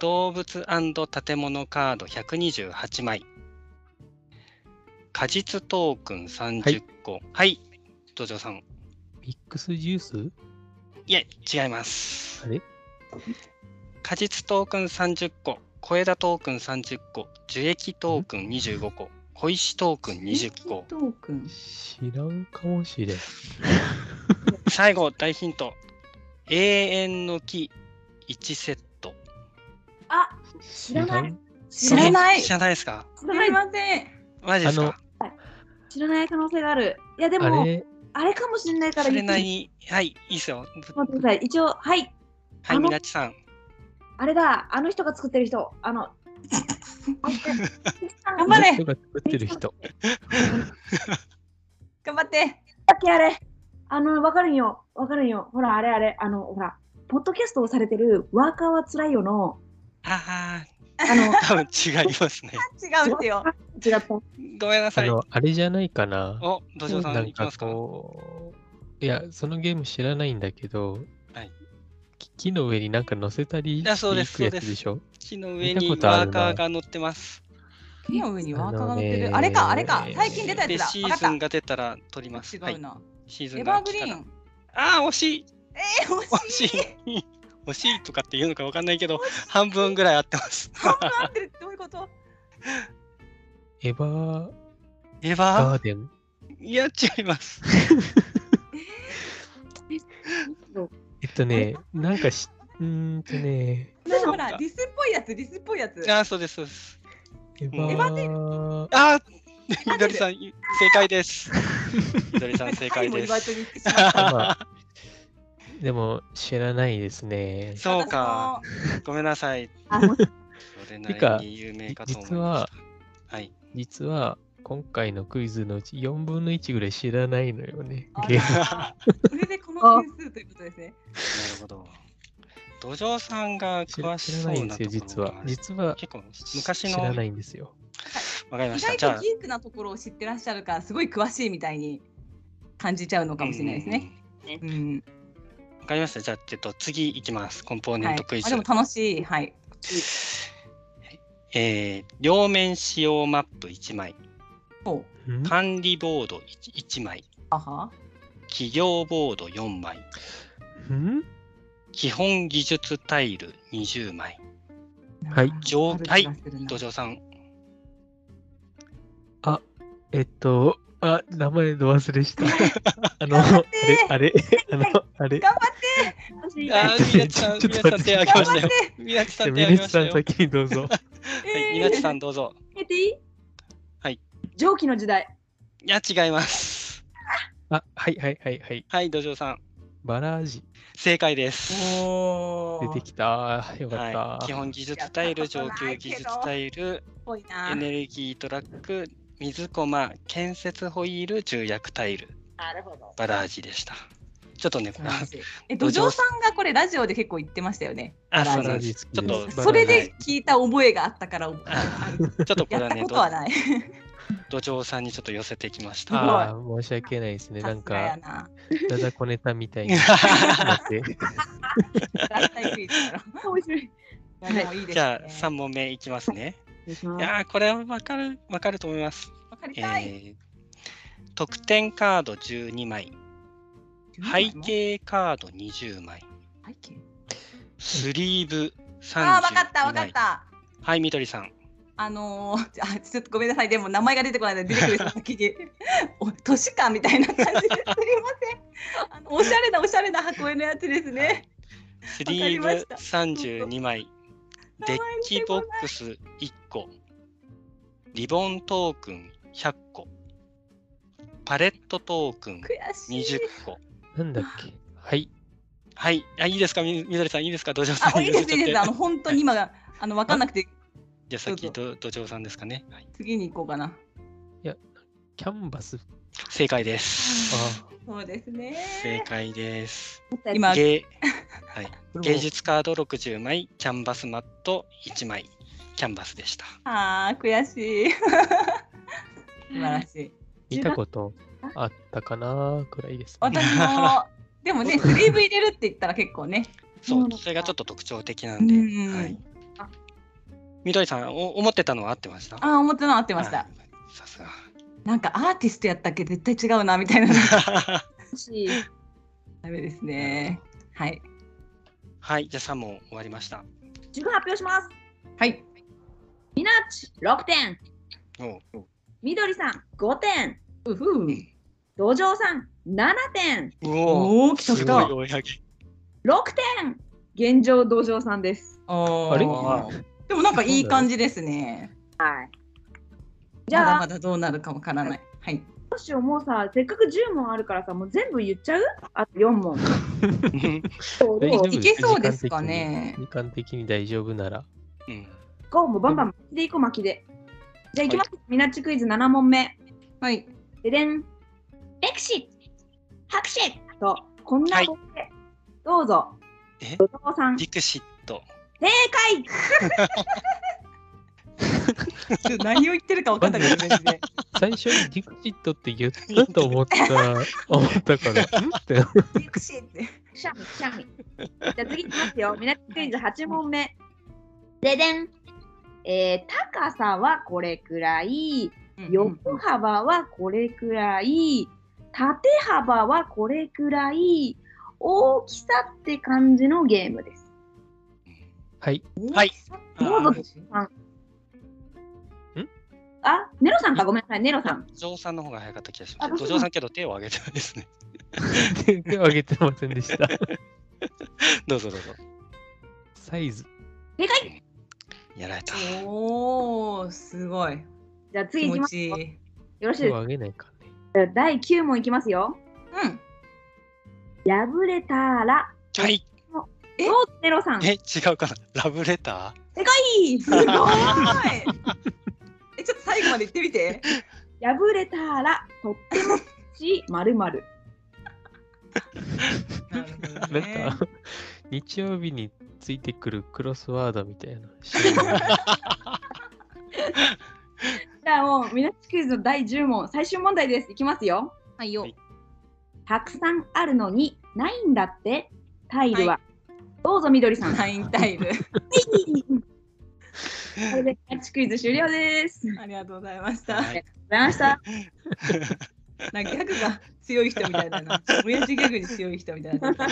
S5: 動物建物カード128枚果実トークン30個はい土壌さん
S4: ミックスジュース
S5: いえ違います
S4: あれ
S5: 果実トークン30個小枝トークン30個樹液トークン25個小石トークン20個
S6: トークン。
S4: 知らんかもしれん。
S5: 最後大ヒント永遠の木1セット
S7: あ、
S4: 知
S7: らない
S4: ん
S6: 知らない。
S5: え知
S6: す
S5: らないですか
S7: 知らな
S6: み
S7: い、
S6: ません。
S5: マジですか
S7: 知らない可能性がある。いや、で
S4: あ
S7: も、あれ
S4: れ
S7: かもしれないから
S5: それ
S7: 言っ
S5: な
S7: て
S5: り
S7: み
S5: にはいいいっすよ
S7: 待ってください。一応、はい、
S5: は
S7: あ
S5: い
S7: の
S5: みなっちさん
S7: あれだ、あの人が作ってる人、あの、
S6: 頑張れ
S4: 人が作ってる人。
S6: 頑張って。
S7: だっけあれあの、わかるんよ。わかるんよ。ほら、あれあれ。あの、ほら、ポッドキャストをされてるワーカーはつらいよの、
S5: ああ
S7: あの、
S5: 多分違いますね
S6: 違うんすよ。
S7: 違った。
S5: (laughs) ごめんな
S4: あ
S5: さい
S4: の、あれじゃないかな。
S5: お、土壌さ、
S4: なんん
S5: いきま
S4: か
S5: すか。
S4: こう、いや、そのゲーム知らないんだけど、
S5: はい
S4: き木の上になんか乗せたりしていく
S5: あ
S4: や
S5: そうです
S4: つでしょ
S5: 木の
S4: 見
S5: 上
S4: た
S5: に
S4: ことあ
S5: ワ
S4: るな
S5: ーカーが乗ってます。
S6: 木の上にワーカーが乗って
S4: あのね
S6: る。あれか、あれか
S4: え。ー
S6: 最近出た
S5: で
S6: やつ
S5: シ
S6: だ。わ
S5: ーズ
S6: か
S5: ン
S6: っ
S5: が出たら取ります。
S6: た。違うな。
S5: はい、シーズン
S6: エ
S5: が
S6: バー
S5: 来
S6: グリ
S5: たら
S6: ーン。
S5: ああ、惜しい
S6: えー、惜しい。
S5: 惜しい (laughs) 惜しいとかって言うのかわかんないけど、半分ぐらい合ってます。
S6: 半分合ってるってどういうこと
S4: エヴァー
S5: エバ
S4: ガーデン。
S5: ーいや、違います。
S4: えっとね、なんかし、うーんとね、
S6: なんかほら、リスっぽいやつ、リスっぽいやつ。
S5: ああ、そうです、そうです。
S4: エヴ
S5: エヴ
S4: ァー、
S5: ああ、みどりさん、正解
S6: (laughs)
S5: です。みどりさん、正解で
S6: 最後にバイト
S5: す。
S6: に行ってしまった。
S4: ま (laughs) でも知らないですね。
S5: そうか、ごめんなさい。
S7: あ、もし
S5: それなりに有名かと思いました。はい。
S4: 実は今回のクイズのうち4分の1ぐらい知らないのよね。
S6: あ
S4: ゲーム
S6: らそれでこの点数ということですね。
S5: なるほど。土壌さんが
S4: 知
S5: 詳
S4: ら
S5: し
S4: 知ら
S5: そ
S4: な
S5: う
S4: いん
S5: な
S4: で
S5: と
S4: す
S5: ころ
S4: よ、実
S5: が
S4: は。実は
S5: 結構昔
S4: 知らな
S5: の。
S4: いんですよ。
S5: わかりま
S6: 意
S5: した。
S6: 外
S5: じゃあ
S6: とギークなところを知ってらっしゃるから、すごい詳しいみたいに感じちゃうのかもしれないですね。。うん。
S5: うんわかりました。じゃあちょっと次いきます。コンポーネ
S6: は
S5: ン
S6: い
S5: トクイ。
S6: あ
S5: ズ。
S6: でも楽しい。はい。
S5: えー両面使用マップ1枚、
S6: ほ
S4: ん
S5: 管理ボード 1, 一枚、
S6: う。あは。
S5: 企業ボード4枚、
S4: ん
S5: 基本技術タイル20枚。
S4: はい
S5: 上
S6: ある気がするな
S5: 土壌さん、
S4: えっと、あ、名前ど忘れ
S5: (laughs)
S4: した。あの、
S6: 頑張
S4: あ
S6: って
S4: れ、あれ、あの、あれ。
S6: 頑
S7: い
S5: あー、みなちさん、
S4: ちょ
S5: み
S4: っと
S5: なちさん手挙げましたよ
S6: 頑。
S5: みなちさん手
S4: ミ
S5: 挙
S4: ネ
S5: げ
S4: ス
S5: まし
S4: さ
S5: た
S4: ん
S5: よ。
S4: 先にどうぞ。
S5: はい、みなちさんどうぞ。
S7: 言っていい
S5: はい。
S7: 蒸気の時代。
S5: いや、違います。
S4: あ、はいはいはいはい。
S5: はい、土壌さん、
S4: バラージ
S5: 正解です。
S6: お
S4: 出
S6: ー
S4: てきた。よかった。
S5: はい、基本技術タイル、上級技術タイル、
S6: ぽいな
S5: エ。ネルギートラック、水駒、建設ホイール、重役タイル、
S7: なるほど。
S5: バラージでした。ちょっとね、これは
S6: え土壌さんがこれラジオで結構言ってましたよね。
S5: あ、
S4: バ
S5: そう
S4: ラ
S5: なん
S4: ン
S5: で
S4: ス
S5: す。ちょっと、
S4: バランス
S6: それで聞いた覚えがあったから、
S5: あちょっとこれ
S6: や
S5: は
S6: った
S5: ね
S6: こ、とはない。
S5: 土壌さんにちょっと寄せてきました。
S4: ああ、申し訳ないですね。な
S6: さ
S4: ん
S6: すがや
S4: か、
S6: な。
S4: ダダコネタみた
S5: (laughs)
S4: いになって。
S6: 大体クイズだろ。
S7: 面白い。
S6: いやでもいいですね。
S5: じゃあ3問目いきますね。
S7: お願いしま
S5: い
S7: す
S5: やーこれはわかるわかると思います。
S6: わかり
S5: え
S6: たい。
S5: ー、得点カード12枚、背景カード20枚、
S6: 背景。
S5: スリーブ32枚。
S6: ああ、わかった、わかっ。た。
S5: はい、みどりさん。
S6: あのー、あちょっとごめんなさい、でも名前が出てこないので出てくる
S5: (laughs)
S6: 先にお年かみたいな感じです。すみませんあの。おしゃれなおしゃれな箱絵のやつですね。
S5: スリーブ
S6: わかりま
S5: 32枚、デッキボックス1個、リボントークン100個、パレットトークン
S6: 悔しい。
S5: 20個。
S4: なんだっけ。はい。
S5: はい、あいいですか、みみどりさん、いいですか、土壌さ
S6: あ、
S5: ん。
S6: いいです、いい
S5: ちょっ
S6: です。
S5: と
S6: あの、本当に今が、あの、わかんなくて、
S5: じゃあ先ど土壌さんですかね。はい、
S6: 次に行こうかな。
S4: キャンバス。
S5: 正解です。
S4: あ
S6: そうですね。
S5: 正解です。
S6: 今、 (laughs)
S5: 芸
S4: あ。
S5: 芸術カード60枚、キャンバスマット1枚、キャンバスでした。
S6: ああ、悔しい。素晴らしい。
S4: 見たことあったかなくらいです、ね。
S6: 私も、でも
S5: (laughs)
S6: ね、スリーブ入れるって言ったら結構ね。
S5: そ
S7: そう
S5: う
S7: なん、だ
S5: それがちょっと特徴的なんで。
S6: うん
S5: はい。みどりさん、お思ってたのは合ってました。
S6: ああ、思ったの合ってまし
S5: あ
S6: た。。
S5: さすが。
S6: なんかアーティストやったっけ絶対違うな、みたいな。 (laughs)
S7: もし
S6: ダメですね。はい。
S5: はい、じゃあ三問終わりました。
S7: 自分発表します。
S6: はい。
S7: みなっち6点、
S5: おう
S7: みどりさん5点、
S6: うふう。
S7: 土壌さん7点、
S5: おお。
S6: おお、来た
S5: す
S6: 来
S5: ごい
S6: た。
S5: 追い上げ。
S7: 6点現状土壌さんです。
S6: お
S4: あれ
S6: ーでもなんかいい感じですね。
S7: じ
S6: まだ
S7: ゃあ、
S6: まだどうなるかわからない。はい。
S7: どうしよう、もうさ、せっかく10問あるからさ、もう全部言っちゃうあと4問。
S4: 大丈夫
S6: い
S4: です
S6: けそうですかね。
S4: 時間的に時間的に大丈夫なら。
S5: うん。
S7: こうもうバンバン巻きでいこう、巻きで。じゃあ、いきます。みなっちクイズ7問目。
S6: はい。
S7: ででん。レクシ拍手と、こんな声で、どうぞ。
S5: え
S7: 土壌さん、
S5: ディクシット。
S7: 正解
S6: ちょっと何を言ってるか分かんないですね。
S4: 最初にディクシットって言ったと思った、 (laughs) 思ったから。んってな
S6: ディクシーって。 (laughs)
S7: くしゃみ、くしゃみ。じゃあ次いきますよ。みなっちクイズ8問目。ででん。えー、高さはこれくらい、横幅はこれくらい、縦幅はこれくらい、大きさって感じのゲームです。
S4: はい。
S5: はい。
S7: どうぞ
S5: あー
S7: あ、ネロさんか、ごめんなさい、ネロさん。
S5: 土壌さんの方が早かった気がし
S7: あ
S5: ま
S7: そう
S5: す。土壌さんけど手を挙げてないですね。 (laughs)
S4: 手手を挙げてませんでした。
S5: どうぞどうぞ。
S4: サイズ。
S7: 正解
S5: やられた。
S6: おお、すごい。
S7: じゃあ次
S6: 気
S7: いき
S6: 持
S7: ます。
S6: ちいい。
S7: よ
S6: う
S7: ろしい
S4: 手
S7: で
S4: を
S7: すか
S4: 挙げないかね。
S7: 第9問いきますよ。
S6: ん。
S7: 破れたら、
S5: はい。
S6: え
S7: どうぞネロさん。
S5: え、違うかな。ラブレタ (laughs)
S7: い
S6: すごい。え、ちょっと最後まで言ってみて。
S7: 破れたら、とってもしい〇〇。
S6: なるほどね
S4: なんか、日曜日についてくるクロスワードみたいな。知らない
S7: (laughs) じゃあもう、みなちクイズの第10問、最終問題です。いきますよ。
S6: はいよ
S5: はい。
S7: たくさんあるのにないんだって、タイルは。どうぞみどりさん。
S6: サインタイル。
S7: これでみなちクイズ終了です。
S6: ありがとうございまし
S5: ー。
S6: た。
S5: はい
S7: ございました。
S6: なんかギャグが強い人みたいだな。親父ギャグに強い人みたいな。
S7: (laughs) じ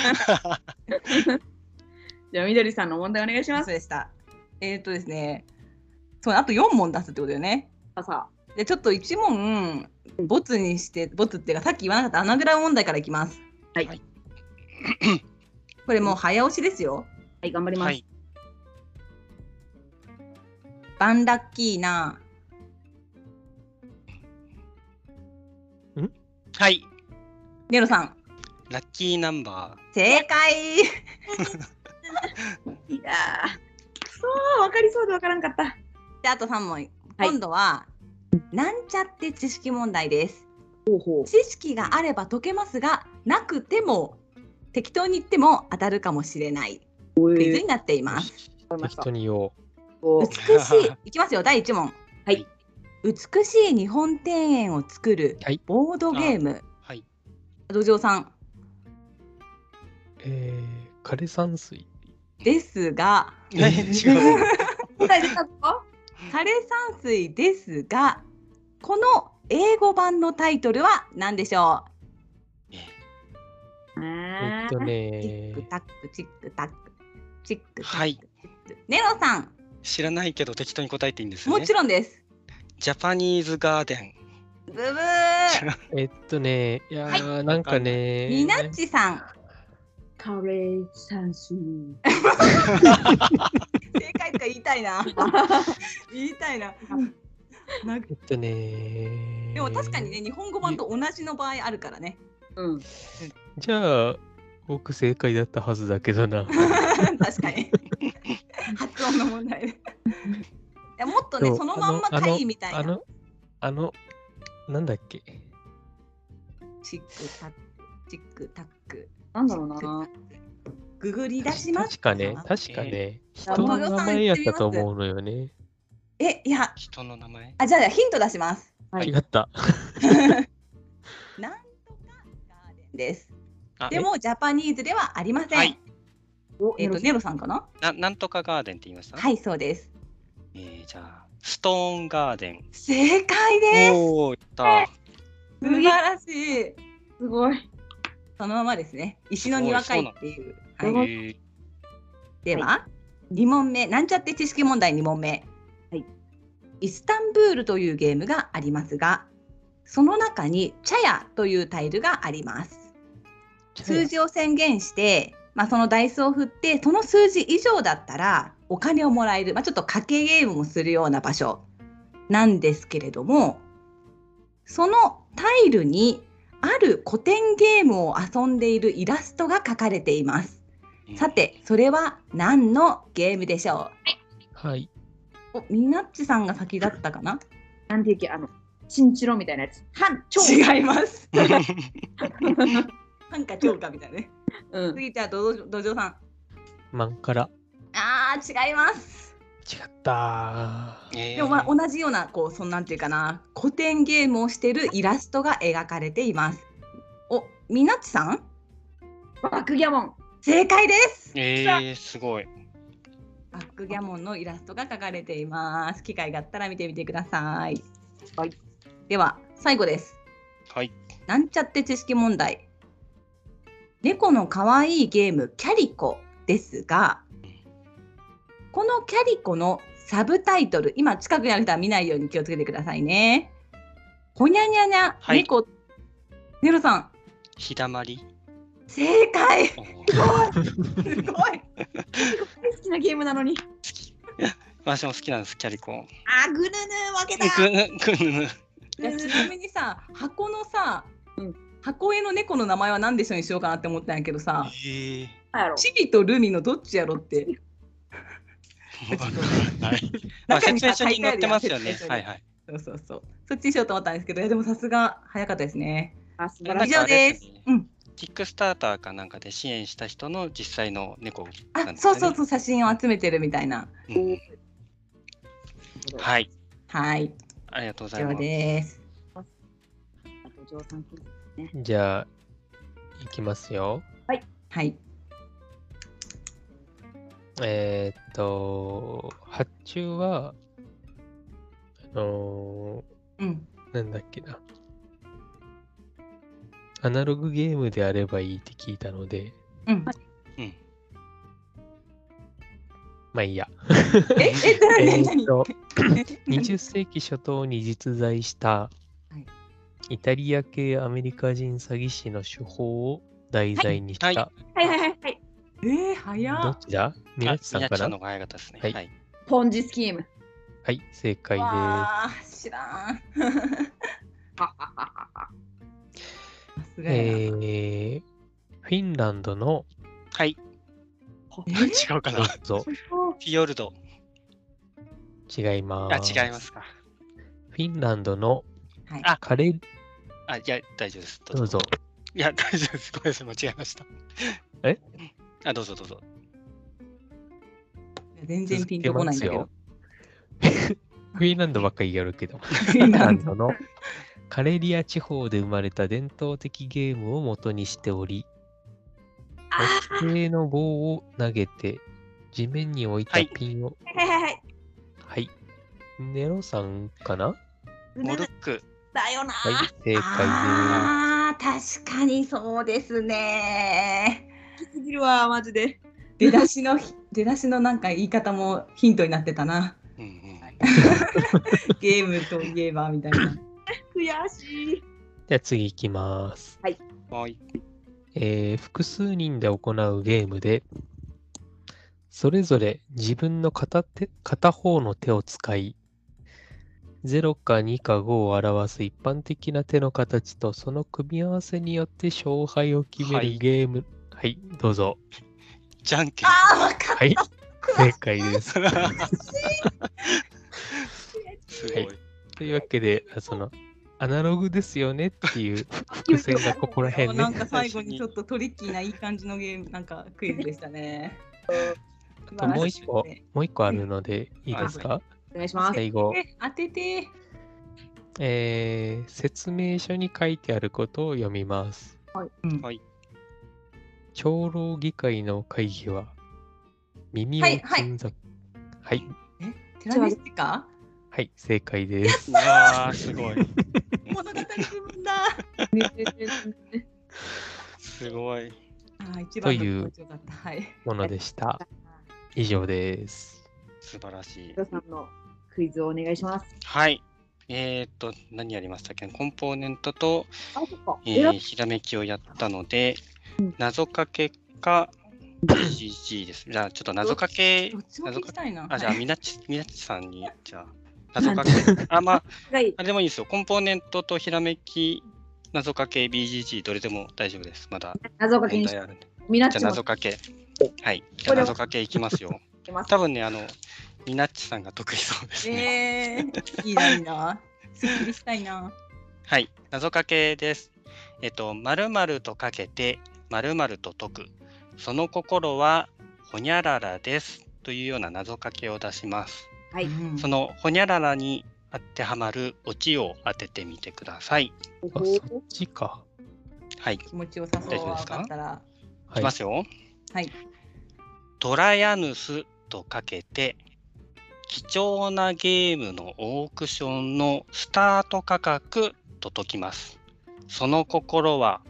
S7: ゃあみどりさんの問題お願いします。
S6: そうでした。えっ、とですね。そう、あと4問出すってことよね。
S7: さあさあ
S6: で、ちょっと1問、ボツにして、ボツっていうか、さっき言わなかったアナグラム問題からいきます。
S7: はい
S5: はい。
S6: これもう早押しですよ。
S7: はい、頑張ります。
S5: はい。
S6: バンラッキーな。
S5: はい。
S6: ネロさん、
S5: ラッキーナンバ
S6: 正解
S7: いやー、くそー、わかりそうでわからんかった。
S6: で、あと3問。今度は、なんちゃって知識問題です。
S7: ほうほう。
S6: 知識があれば解けますが、なくても適当に言っても当たるかもしれないクイズになっています。
S8: わかりまし
S4: 適
S8: た
S4: 当に言おう。
S8: お
S6: 美し
S7: (laughs)
S6: いいきますよ第1問
S7: はい
S6: 美しい日本庭園を作る
S4: はい
S6: ボードゲーム、
S5: はい。
S6: 土壌さん
S4: えー、枯山水。
S6: ですが
S5: え違う。
S7: 答え出たぞ
S6: 枯山水ですがこの英語版のタイトルは何でしょ
S4: えっと
S6: う、
S4: ね
S6: チックタックチックタックチックタック
S5: はい
S6: チックネロさん
S5: 知らないけど適当に答えていいんですよね。
S6: もちろんです
S5: ジャパニーズガーデン。
S6: ブブー
S4: えっとね、いやー、なんかね。
S6: みなっちさん
S7: カレーサンス
S6: (laughs) 正解とか言いたい (laughs) な言いたいななんか
S4: えっとね。
S6: でも確かにね。日本語版と同じの場合あるから (laughs) ね
S1: うん、
S4: じゃあ、僕正解だったはずだけどな。
S6: 確かに発音の問題でいやもっとね
S4: そう
S6: そのまんま
S4: あの
S6: 会みたい
S4: あ
S6: な
S4: の、あの、なんだっけ。
S6: チックタックチックタック
S1: なんだろうな。
S6: ググり出します
S4: 確かね、確かね、人の名前やったと思うのよね。
S6: えいや
S5: (laughs) 人の名前。
S6: あじゃあヒント出します
S4: 違った。
S6: なんとかガーデンです
S5: あ
S6: でもジャパニーズではありません、
S5: はい
S6: えっ、とネロさんかな
S5: ななんとかガーデンって言いました。
S6: はいそうです
S5: えー、じゃあストーンガーデン。
S6: 正解です
S5: おおやった。
S6: 素晴らしい
S7: すごい。
S6: そのままですね石の庭会っていう
S5: え
S6: はい
S5: ー、
S6: では、二2問目なんちゃって知識問題2問目、
S7: はい
S6: イスタンブールというゲームがありますがその中に茶屋というタイルがあります数字を宣言して、まあ、そのダイスを振ってその数字以上だったらお金をもらえる、まあ、ちょっと賭けゲームをするような場所なんですけれどもそのタイルにある古典ゲームを遊んでいるイラストが描かれていますさ
S5: (laughs)
S6: て、それは何のゲームでしょ
S4: はい。
S6: うお、みなっちさんが先だったかな
S7: なんていうっけ、あの、チンチロみたいなやつ。半超。
S6: 違います。
S5: うん。
S6: なんか強化みたいなね。
S7: うん。
S6: 次、じゃあ、どどじょうさん。
S4: マンカラ。
S6: あー、違います。
S4: 違ったー。
S5: えー
S6: でも、まあ、同じような、こう、そんなんていうかな、古典ゲームをしているイラストが描かれています。お、みなっちさん
S7: バックギャモン。
S6: 正解です
S5: えー、すごい。
S6: バックギャモンのイラストが描かれています。機会があったら見てみてください。
S8: はい。
S6: では、最後です。
S5: はい。
S6: なんちゃって知識問題。猫の可愛いゲームキャリコですが、このキャリコのサブタイトル、今近くにある人は見ないように気をつけてくださいね。ほにゃにゃにゃ、
S5: はい
S6: 猫。ネロさん、
S5: ひだまり。
S6: 正解。す
S5: おー
S6: ごい。
S7: 大好きなゲームなのに。
S5: 私も好きなんですキャリコ。
S7: あ、ぐぬぬ負けた。
S5: くぬくぬ
S6: いやちなみにさ、箱のさ
S1: うん、
S6: 箱絵の猫の名前は何でしょうにしようかなって思ったんやけどさ、
S5: え
S7: なんやろ
S6: チビとルミのどっちやろって。
S5: ー、 (laughs) はい。まあ
S6: 中に
S5: 説
S6: さ
S5: 明書に載ってますよ
S6: 書い
S5: ね
S6: てあ。る
S5: は
S6: や
S5: い
S6: ん
S5: はい。
S6: そうそうそう。そっちにしようと思ったんですけど、いやでもさすが早かったですね。
S7: あ、素晴
S5: なん
S7: ら
S5: か
S7: し
S6: 以
S7: い。
S6: 上
S5: あれ
S6: です
S5: よね。
S6: うん。
S5: キックスターターかなんかで支援した人の実際の猫なん
S6: あ、
S5: です
S6: そ
S5: よ
S6: う
S5: ね
S6: そうそう、写真を集めてるみたいな。
S5: うんはい。
S6: はい、
S5: ありがとうござ
S6: 以
S5: いま
S6: 上
S5: す。
S6: です。
S1: お嬢さんクイズ
S4: じゃあ、いきますよ。
S6: はい。
S4: えーっと、発注は、あの
S6: うん。
S4: ーなんだっけな。アナログゲームであればいいって聞いたので、
S6: うん。
S5: うん。
S4: まあいいや。
S6: え、え、な
S4: え
S6: に
S4: ー
S6: な
S4: っ
S6: に
S4: と、20世 (laughs) 紀初頭に実在した
S6: はい
S4: イタリア系アメリカ人詐欺師の手法を題材にし
S5: はい
S4: た。
S7: はいはいはいはい。
S6: えー、
S4: ど
S6: 早
S4: っちだみな
S5: あ
S4: ちさん
S5: 宮
S4: か
S5: 地さ
S4: なん
S5: の方が早かったですね。
S4: はい
S5: はい。
S7: ポンジスキーム。
S4: はい、正解
S6: い。
S4: です。
S6: わあ、知らん。
S7: はははは。
S6: さすがやな。
S4: えー、フィンランドの
S5: はい。
S6: え
S5: 違うか
S4: ど
S5: な
S4: う。
S6: (laughs)
S4: ぞ
S5: フィヨルド。
S4: 違いま
S5: あ、
S4: す。
S5: 違いますか。
S4: フィンランドの
S6: はい。
S5: あ
S4: カレ
S5: あ、いや、大丈夫です。
S4: どうぞ。
S5: いや、大丈夫です。ごめんなさい、間違えました。あ、どうぞどうぞ。
S6: 全然ピンとこないんだ
S4: (laughs)
S6: けど。
S4: グリーンランドばっかりやるけど、
S6: フィンラ
S4: ラ
S6: ン
S4: ン
S6: ド
S4: ドのカレリア地方で生まれた伝統的ゲームを元にしており、木製の棒を投げて地面に置いた
S5: はい
S4: ピンを、
S7: はいはいはい。
S4: はい、ネロさんかな
S5: モルック。
S7: だよなー。
S4: はい、正解
S6: ああー、確かにそうですね。
S7: すぎるわー、マジで。
S6: 出だしの (laughs) ひ出だしのなんか言い方もヒントになってたな。
S5: うんうん。
S6: ゲームといえばみたいな。
S7: 悔しい。
S4: です。じゃあ次行きます。
S5: はい。
S4: えー複数人で行うゲームで、それぞれ自分の片手片方の手を使い、0か2か5を表す一般的な手の形とその組み合わせによって勝敗を決め
S5: は
S4: る
S5: い
S4: ゲーム。はい、どうぞ。
S5: じゃんけん。
S6: ああ、わかっ
S4: はい、正解です。
S5: すごい。
S4: というわけで、あその、アナログですよねっていう伏線がここら
S6: た。
S4: 辺
S6: なん
S4: ね。
S6: か最後にちょっとトリッキーないい感じのゲームなんかクイズでしたね。
S4: あともう一個、もう一個あるのでいいですか
S7: お願いします。
S4: 最後。
S6: え当てて。
S4: えー説明書に書いてあることを読みます。
S6: うん
S5: はい
S4: 長老議会の会議は耳を
S6: はいはい
S4: つんざく。はい、はい、
S6: テラミスティカ
S4: 正解です。
S5: うわあ、すごい。
S6: 物語部
S4: (laughs)
S6: 分だ。
S5: すごい。
S6: あー一
S4: と
S6: 番
S4: いう
S6: の好調だった。はい。
S4: ものでした。以上です。
S5: 素晴らしい
S7: ヒ。ロさんのクイズをお願いします。
S5: はい。えーっと、何やりましたっけコンポーネントと、
S7: あ、そっか。
S5: えーひらめきをやったので、謎かけか CG です。じゃあ、ちょっと謎かけ
S6: どっ、ちも聞きたいな。
S5: あ、じゃ
S6: は
S5: あ、
S6: い
S5: みなっち、みなっちさんに、じゃあ、謎かけ、あ、まあ、
S7: がいい。
S5: あれでもいいですよ。コンポーネントとひらめき、謎かけ、BGG、どれでも大丈夫です。まだ
S7: 謎かけ
S5: 問
S7: にし
S5: 題あるんで。
S7: みなっ
S5: じゃ
S7: ち
S5: あ、
S7: も
S5: 謎かけ。はい。じゃあ、
S7: これは
S5: 謎かけいきます
S7: (laughs)
S5: よ。
S7: けます。
S5: 多分ね、あの、みなっちさんが得意そうですね。
S6: えー、いいな、いいな。すっきりしたいな。
S5: はい、謎かけです。えっと、まるまるとかけて、まるまると解く。その心は、ほにゃららです。というような謎かけを出します。
S7: はい
S6: うん
S5: そのほにゃららに当てはまるオチを当ててみてください。
S4: あそっちか。
S5: はい、い
S6: 気持ちよさそうは分かったら。
S4: は
S5: き
S4: い。
S5: ますよ。
S6: はい。
S5: トライアヌスとかけて、貴重なゲームのオークションのスタート価格と解きます。その心は、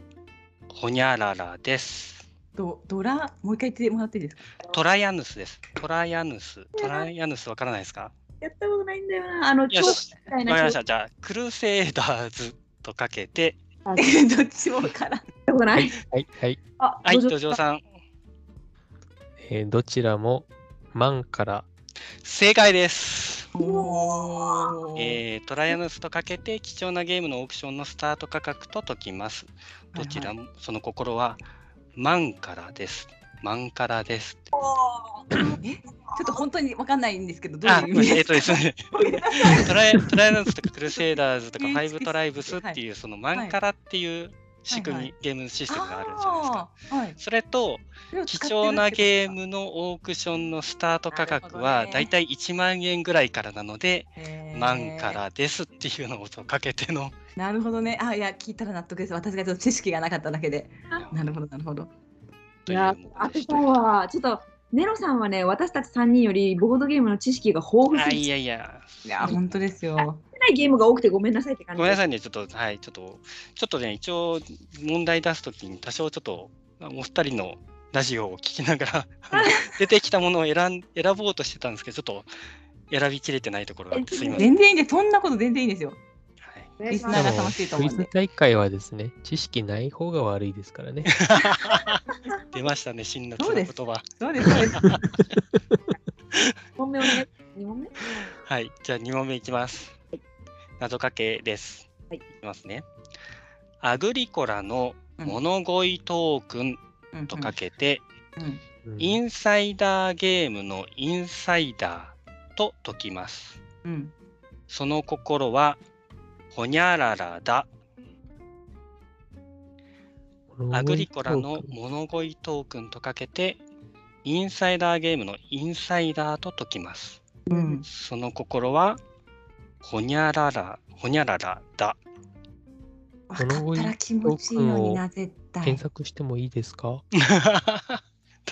S5: ほにゃららです。
S6: ドドラ、もう一回言ってもらっていいですか。
S5: トライアヌスです。トライアヌス。トライアヌスわからないですか
S7: やったことないんだよな。あの、
S5: よ
S7: 超
S5: し。
S7: みた
S5: わか
S7: い
S5: り
S7: な
S5: まし
S7: 人。
S5: た。じゃあ、クルセイダーズとかけて、
S6: (laughs) どっちも分からん。
S7: やったことない。
S4: はい。はい、
S7: あ、
S5: はい、
S7: どう
S5: 土壌さん。
S4: えーどちらも万から
S5: 正解です。
S6: おー
S5: えー、トライアヌスとかけて、貴重なゲームのオークションのスタート価格と解きます。どちらも、その心は、万からです。万からです。
S6: え、ちょっと本当に分かんないんですけど、どう
S5: あ、
S6: いう意味
S5: え
S6: で
S5: っ
S6: す
S5: とで
S6: か。
S5: すね。
S6: ごめんなさい
S5: トライトライアナスとかクルセイダーズとか
S6: うん
S5: ファイブトライブスっていうそのマンカラっていう仕組み、
S6: はいは
S5: ゲームシステムがあるじゃないですか
S6: あ。ーはい
S5: それと
S6: それを使
S5: 貴
S6: ってるってことか。
S5: 重なゲームのオークションのスタート価格
S6: なる
S5: は
S6: ほどね
S5: だいたい1万円ぐらいからなので、
S6: へー。
S5: マンカラですっていうのをかけての、
S6: なるほどね。あ、いや、聞いたら納得です。私がちょっと知識がなかっただけで。なるほど、なるほど。
S5: と
S7: い
S5: いう
S7: や
S5: もの
S7: 当
S5: で
S7: て
S5: した
S7: わ。ちょっと、ネロさんはね、私たち3人よりボードゲームの知識が豊富
S5: あ
S7: す
S5: い
S7: ぎて
S5: やいや
S6: いや、本当ですよ。
S7: ないゲームが多くてごめんなさいって感じ
S5: ごめんなさ
S7: い。
S5: いねちょっとはいちょっとちょっとね一応問題出すときに多少ちょっとお二人のラジオを聞きなが
S6: (laughs)
S5: らあの出てきたものを選ん選ぼうとしてたんですけどちょっと選びきれてないところがあってすいません、
S6: 全然いいんで、そんなこと全然いいんですよ。
S5: はい
S7: お願いしま
S6: リ
S7: す
S6: スナーが楽しいと
S4: ク
S6: 思
S4: イ
S6: うんで
S4: ズ大会はですね、知識ない方が悪いですから
S5: (laughs)
S4: ね。
S5: 出ましたね辛辣
S6: そう
S5: な言
S6: です
S5: 葉
S6: そうです。そうです
S7: 一問目お願い。二問目
S5: はい、じゃあ2問目いきます。謎かけです。
S7: はい
S5: いきますね。アグリコラの
S6: うん
S5: 物乞いトークン
S6: うんうん
S5: とかけて、
S6: うん
S4: うん
S5: インサイダーゲームのインサイダーと解きます。
S6: うん。
S5: その心は、ほにゃららだ。アグリコラの物乞いトークンとかけて、インサイダーゲームのインサイダーと解きます。
S7: (laughs)
S6: うん、
S5: その心は、ほにゃらら、ほにゃららだ。 (laughs)
S6: 分かったら気持ちいいのにな絶対
S4: 検索してもいいですか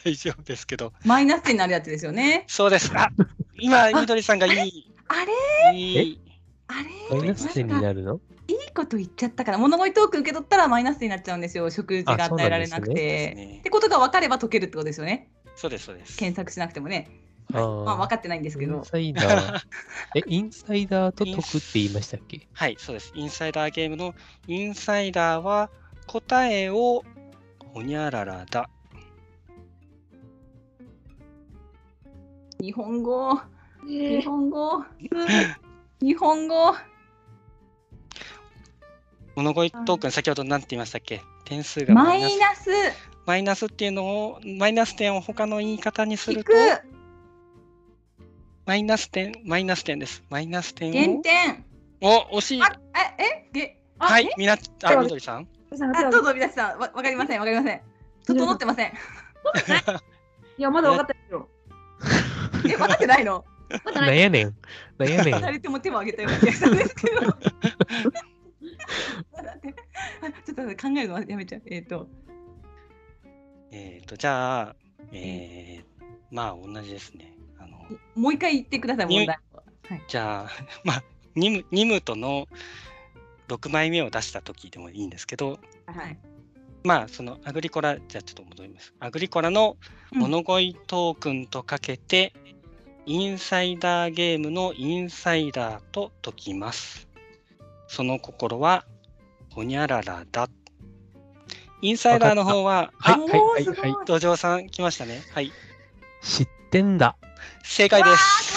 S5: 大丈夫ですけど。
S6: マイナスになるやつですよね
S5: そうです。あ今、みどりさんがいい。
S6: あれ
S5: いい
S6: あ
S4: マ
S6: れ
S4: イナス点になるの
S6: いいこと言っちゃったから物乞いトークン受け取ったらマイナスになっちゃうんですよ食事が
S4: あそう
S6: 与
S4: な
S6: え
S4: ん
S6: ら
S4: で
S6: れ
S4: すね
S6: な
S5: で
S6: く
S5: す
S6: て。
S5: ね
S6: ってことが分かれば解けるってことですよね
S5: そうです、そうです。
S6: 検索しなくてもね、
S4: あー
S6: まあ、分かってないんですけ
S4: イ
S6: ど
S4: ンサイダー。
S6: (laughs)
S4: え、インサイダーと解くって言いましたっけ
S5: はい、そうです。インサイダーゲームのインサイダーは答えをほにゃららだ。
S6: 日本語
S7: え
S6: 日
S4: (laughs)
S6: 本語日本語
S5: 物乞いトークン、先ほど何て言いましたっけ点数がマ
S6: マ
S5: イナス
S6: イナス
S5: マイナスっていうのを、マイナス点を他の言い方にす
S6: 引
S5: る
S6: く
S5: と、マイナス点、マイナス点です。マイナス点
S6: 減
S5: を。
S6: 点
S5: お、惜しい。
S6: あええげ
S5: はい、みな、あ、
S7: う
S5: みどりさん。
S6: あどうぞ皆さんわわかりませんわかりません整ってません
S7: いや、まだ分かったですよ。
S6: え分かってないの
S7: ま
S4: な
S7: だ
S4: ん
S7: ない。
S4: やねん。なん
S6: (laughs)
S4: やね
S6: 二
S4: ん。
S6: 人とも手を挙げたような気がしたんですけどちょっと待って考えるのはやめちゃうえっ、と
S5: (laughs) えっ、と、じゃあ、えー、まあ、同じですね。あの、
S6: もう一回言ってください問題
S5: じゃあ、 (laughs) まあ、ニムニムトの6枚目を出した時でもいいんですけど、
S6: はい
S5: まあ、そのアグリコラ、じゃあちょっと戻ります。アグリコラの
S6: うん
S5: 物乞いトークンとかけて、インサイダーゲームのインサイダーと解きます。その心は、ほにゃららだ。インサイダーの方は、
S4: はい、
S5: はい、
S4: はい、
S6: おー
S4: はい、はい。
S5: 土壌さん来ましたね。はい、
S4: 知ってんだ。
S5: 正解です。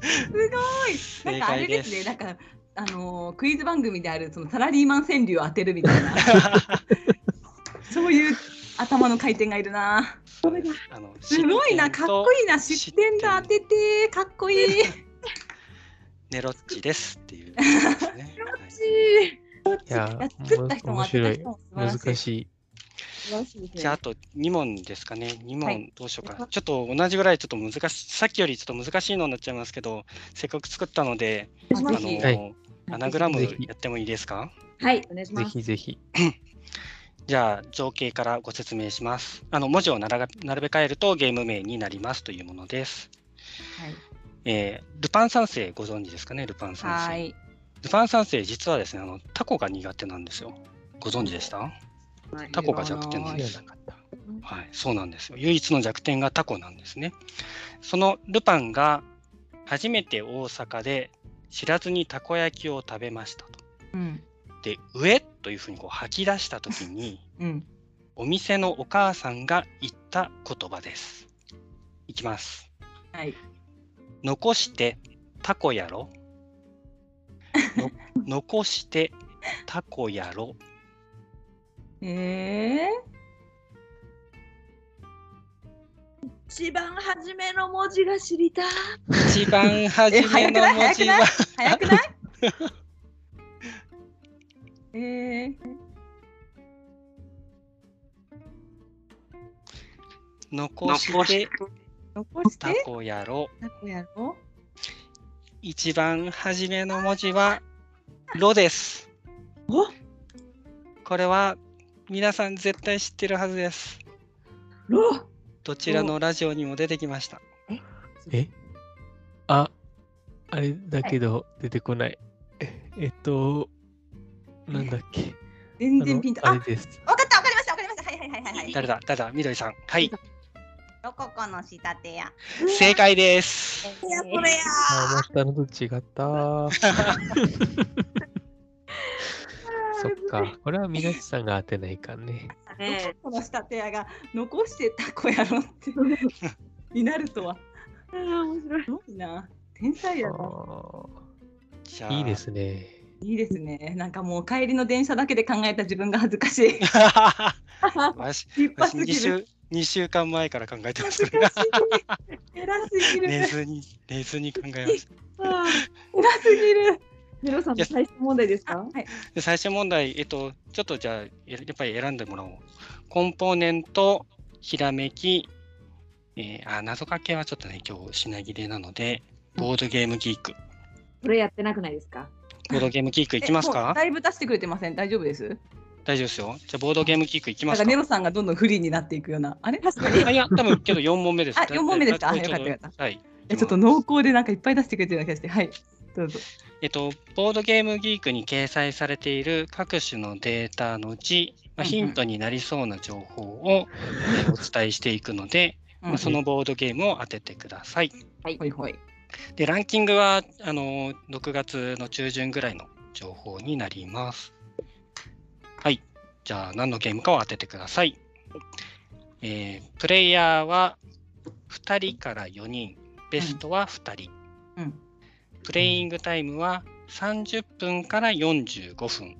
S6: すごいな
S5: 正
S6: んかあ
S5: 解
S6: れで
S5: ですす
S6: ねなんかあのークイズ番組であるそのサラリーマン川柳を当てるみたいな
S5: (laughs)
S6: (laughs) そういう頭の回転がいるな
S5: そうですあの
S6: すごいな
S5: 失点
S6: か
S5: と
S6: っこいいな知ってんだ当ててかっこいい
S5: ネロッチですっていうことです
S6: (laughs)
S5: ね。はい
S4: いやー、
S6: 作った人も
S4: 面
S6: 当て
S4: 白
S6: た
S4: い
S6: 人。も素晴らしい
S4: 難しい。
S5: じゃあ、あと2問ですかね。2
S6: は
S5: 問どうしようかな。ちょっと同じぐらいちょっと難しい、さっきよりちょっと難しいのになっちゃいますけど、せっかく作ったので、あ
S6: ま
S5: の
S6: あぜひ
S4: はい
S5: アナグラム
S4: ぜひ
S5: やってもいいですか
S7: はい、お願い
S4: ぜ
S7: します。
S4: ひぜひ。
S5: じゃあ、情景からご説明します。あの文字をならが並べ替えるとゲーム名になりますというものです。
S6: はい
S5: えールパン三世ご存知ですかね、ルパン三世。
S6: はい
S5: ルパン三世、実はですねあの、タコが苦手なんですよ。ご存知でしたタコが弱点なんです。はい、そうなんですよ。唯一の弱点がタコなんですね。そのルパンが初めて大阪で知らずにたこ焼きを食べましたと。
S6: うん
S5: で、上というふうにこう吐き出した時に、
S6: うん
S5: お店のお母さんが言った言葉です。いきます。
S6: はい
S5: 残してタコやろ。
S6: (laughs)
S5: の残してタコやろ。
S6: え
S7: 一番初めの文字が知りたい。
S5: 一番初
S6: え
S5: め
S6: 早く
S5: の
S6: ない
S5: 文
S6: 早く
S5: 字
S6: ない
S5: は。
S6: 早くない (laughs) えー、
S5: 残して
S6: 残し
S5: タ
S6: て
S5: コやろ。
S6: タコやろ
S5: 一番初めの文字は「ろ」です。これは皆さん絶対知ってるはずです。
S7: ロ
S5: どちらのラジオにも出てきました。
S4: えあ、あれだけど出てこない。ええっと、なんだっけ。
S6: 全然ピンとあ
S4: あの
S6: わ
S4: あ
S6: か
S4: れです。
S6: ったわかりましたわかりましたはいはいはいはいはい
S5: 誰だ誰だみどりさん。はい、
S6: ロココの仕立て屋
S5: 正解です。
S7: いや、これや。
S4: あ思ったのと違
S6: (laughs)
S4: った。 (laughs) そっか。これはみなしさんが当てないかんね。
S6: ロココの仕立て屋が残してタコやろって (laughs) になるとは
S7: 面白い。
S6: すごいな天才や
S4: あ
S6: な
S5: じゃあ
S4: ーいい
S5: (laughs)
S4: で。すね。
S6: いいですねなんかもう帰りの電車だけで考えた自分が恥ずかしい
S5: わ
S6: (laughs)
S5: し、
S6: 立
S5: わ
S6: 派
S5: し
S6: すぎ
S5: 二
S6: る
S5: 週二週間前から考えてま
S6: 恥
S5: す
S6: ずかしい偉すぎ
S5: (laughs)
S6: る
S5: 寝
S6: 偉す
S5: ずに寝ずに考えました。
S6: ぎる
S7: メロさんの最終問題ですか
S6: はい、
S5: で最終問題、えっと、ちょっとじゃあ、えやっぱり選んでもらおう。コンポーネント、ひらめき、えーあ、謎かけはちょっとね、今日品切れなので、ボードゲームギーク。
S7: これやってなくないですか
S5: ボードゲームギークいきます
S6: えもう
S5: か
S6: だいぶ出してくれてません。大丈夫です。
S5: 大丈夫ですよ。じゃあ、ボードゲームギークいき
S6: な
S5: ま
S6: ん
S5: す
S6: か
S5: か
S6: ネロさんがどんどん不利になっていくような。あれ確かに。
S5: あいや、多分けど4問目です。
S6: あ四問目ですか
S5: だ
S6: あよかったよかっ。
S5: だはい。
S6: えちょっと濃厚でなんかいっぱい出してくれてるような気がして。はい。どうぞ。
S5: えっと、ボードゲームギークに掲載されている各種のデータのうち、まあ、
S6: うんうん
S5: ヒントになりそうな情報をえーお伝えしていくので、
S6: うん
S5: まあそのボードゲームを当ててください。
S6: ほいほい。
S5: で、ランキングは、あの、6月の中旬ぐらいの情報になります。はい。じゃあ、何のゲームかを当ててください。えープレイヤーは2人から4人、ベストは2人。
S6: うん。
S5: プレイングタイムは30分から45分。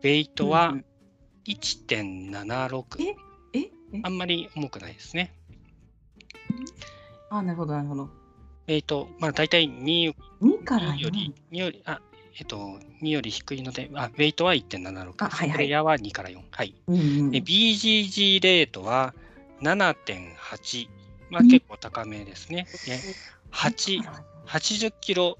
S5: ベイトは
S6: うん
S5: 1.76。
S6: ええ
S5: あんまり重くないですね。
S6: あ、なるほど、なるほど。
S5: ベイト、まあ大体2
S6: 2から
S5: より
S6: 4。、
S5: 2より、あ、えっと、2より低いので、あ、ウェイトは1.76です。
S6: あはいはい
S5: プレイヤーは2から4。はい。
S6: うんうん
S5: で、BGG レートは7.8。まあ結構高めですね。で、8、80キロ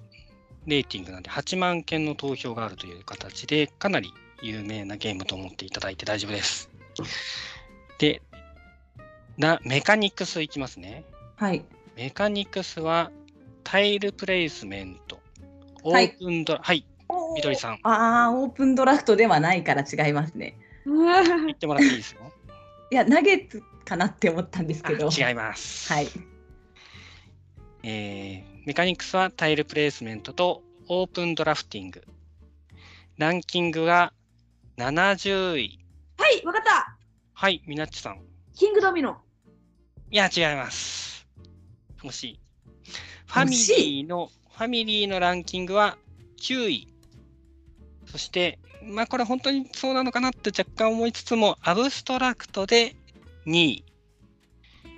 S5: レーティングなんで8万件の投票があるという形でかなり有名なゲームと思っていただいて大丈夫です。で、なメカニクスいきますね。
S6: はい。
S5: メカニクスはタイルプレイスメント、オ
S6: はい
S5: ープンドラ、はい、みどりさん、
S6: ああ、オープンドラフトではないから違いますね。
S5: 言ってもらっていいです
S6: (laughs)
S5: よ。
S6: いや、ナゲッツかなって思ったんですけど。
S5: 違います。
S6: はい。
S5: えーメカニクスはタイルプレイスメントとオープンドラフティング。ランキングが70位。
S7: はい、わかった
S5: はい、みなっちさん。
S7: キングドミノ。
S5: いや、違います。惜しい。ファミ
S6: 惜しい
S5: リーの、ファミリーのランキングは9位。そして、まあこれ本当にそうなのかなって若干思いつつも、アブストラクトで2位。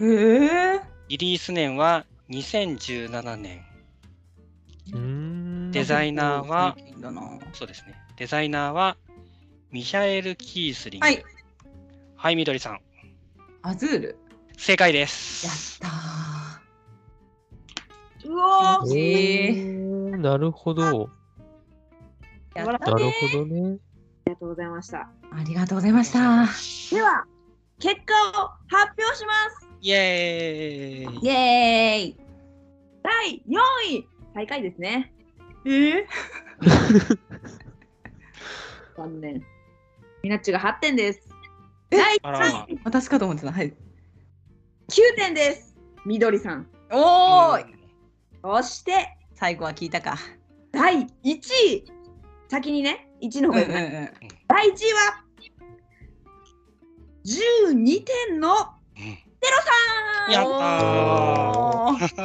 S6: へえ。
S5: リリース年は2017年。
S4: うーん。
S5: デザイナーは
S6: 最近だな
S5: そうですね。デザイナーはミヒャエル・キースリング。
S6: はい。
S5: はい、みどりさん。
S6: アズール。
S5: 正解で
S6: やっ
S5: す。
S6: たー。
S7: うお
S6: ー
S4: おーなるほど。
S6: やった
S4: なる
S6: ね
S4: ほどね。
S7: ございました。
S6: ありがとうございました。
S7: では、結果を発表します
S5: イエーイ。
S6: イエーイ。
S7: 第4位最下位ですね。
S6: ええ
S7: 残念。みなっちが8点です。第
S5: あら
S7: 3位
S6: 私かと思ってた。はい。
S7: 9点です。みどりさん。
S6: おーい。
S7: そして、
S6: 最後は聞いたか。
S7: 第1位先にね、1の
S6: う
S7: 方
S6: んう
S7: が
S6: ん
S7: 上
S6: う
S7: 第1
S6: ん。
S7: 位は12点の
S5: うん
S7: さん
S5: やったー
S6: おー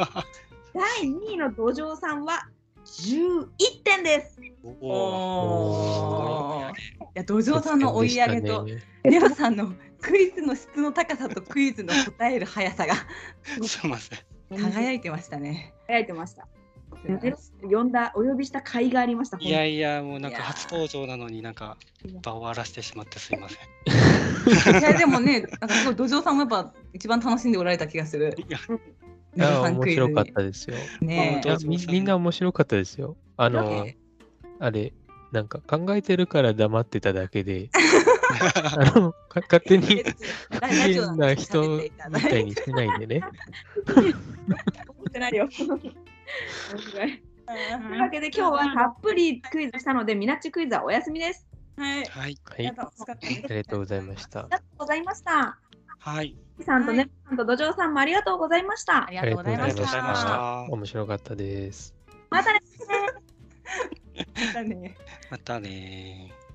S7: 第2位の土壌さんは11点です。
S5: おー
S6: お
S5: すごい追い上
S6: ー
S5: げ
S6: いや土壌さんの追い上げと、ネロさんのクイズの質の高さとクイズの答える速さが
S5: すいません。
S6: 輝いてましたね。
S7: 輝いてました。呼んだ、お呼びした甲斐がありました。
S5: いやいや、もうなん
S6: い
S5: か
S6: やー
S5: 初登場なのになんか場を荒らしてしまってすいません。
S6: いやでもね、なんかすごい土壌さんもやっぱ一番楽しんでおられた気がする。
S4: い
S6: ネロ
S4: や、
S6: さん
S4: 面
S6: クイズ
S4: 白
S6: に
S4: かったですよ。
S6: ね
S4: いやみみんな面白かったですよ。あ
S5: いや
S4: の
S5: ね、
S4: あれ、なんか考えてるから黙ってただけで、あの、か勝手に不審な人みたいにしてないんでね。
S7: 思ってないよ。というわけで今日はたっぷりクイズしたので、みなっちクイズはお休みです。
S6: は
S5: はい。
S6: い。
S4: はい、ありがとうございました
S7: あり。がとうございました。
S5: はい。
S7: さんとね、さんと土壌さんもありがとうございました
S6: あ。りがとうござい
S5: あ
S6: ま
S5: りが
S6: し。
S5: とうございましたた。
S4: 面白かったです。
S7: またね。
S6: またね
S5: またねー。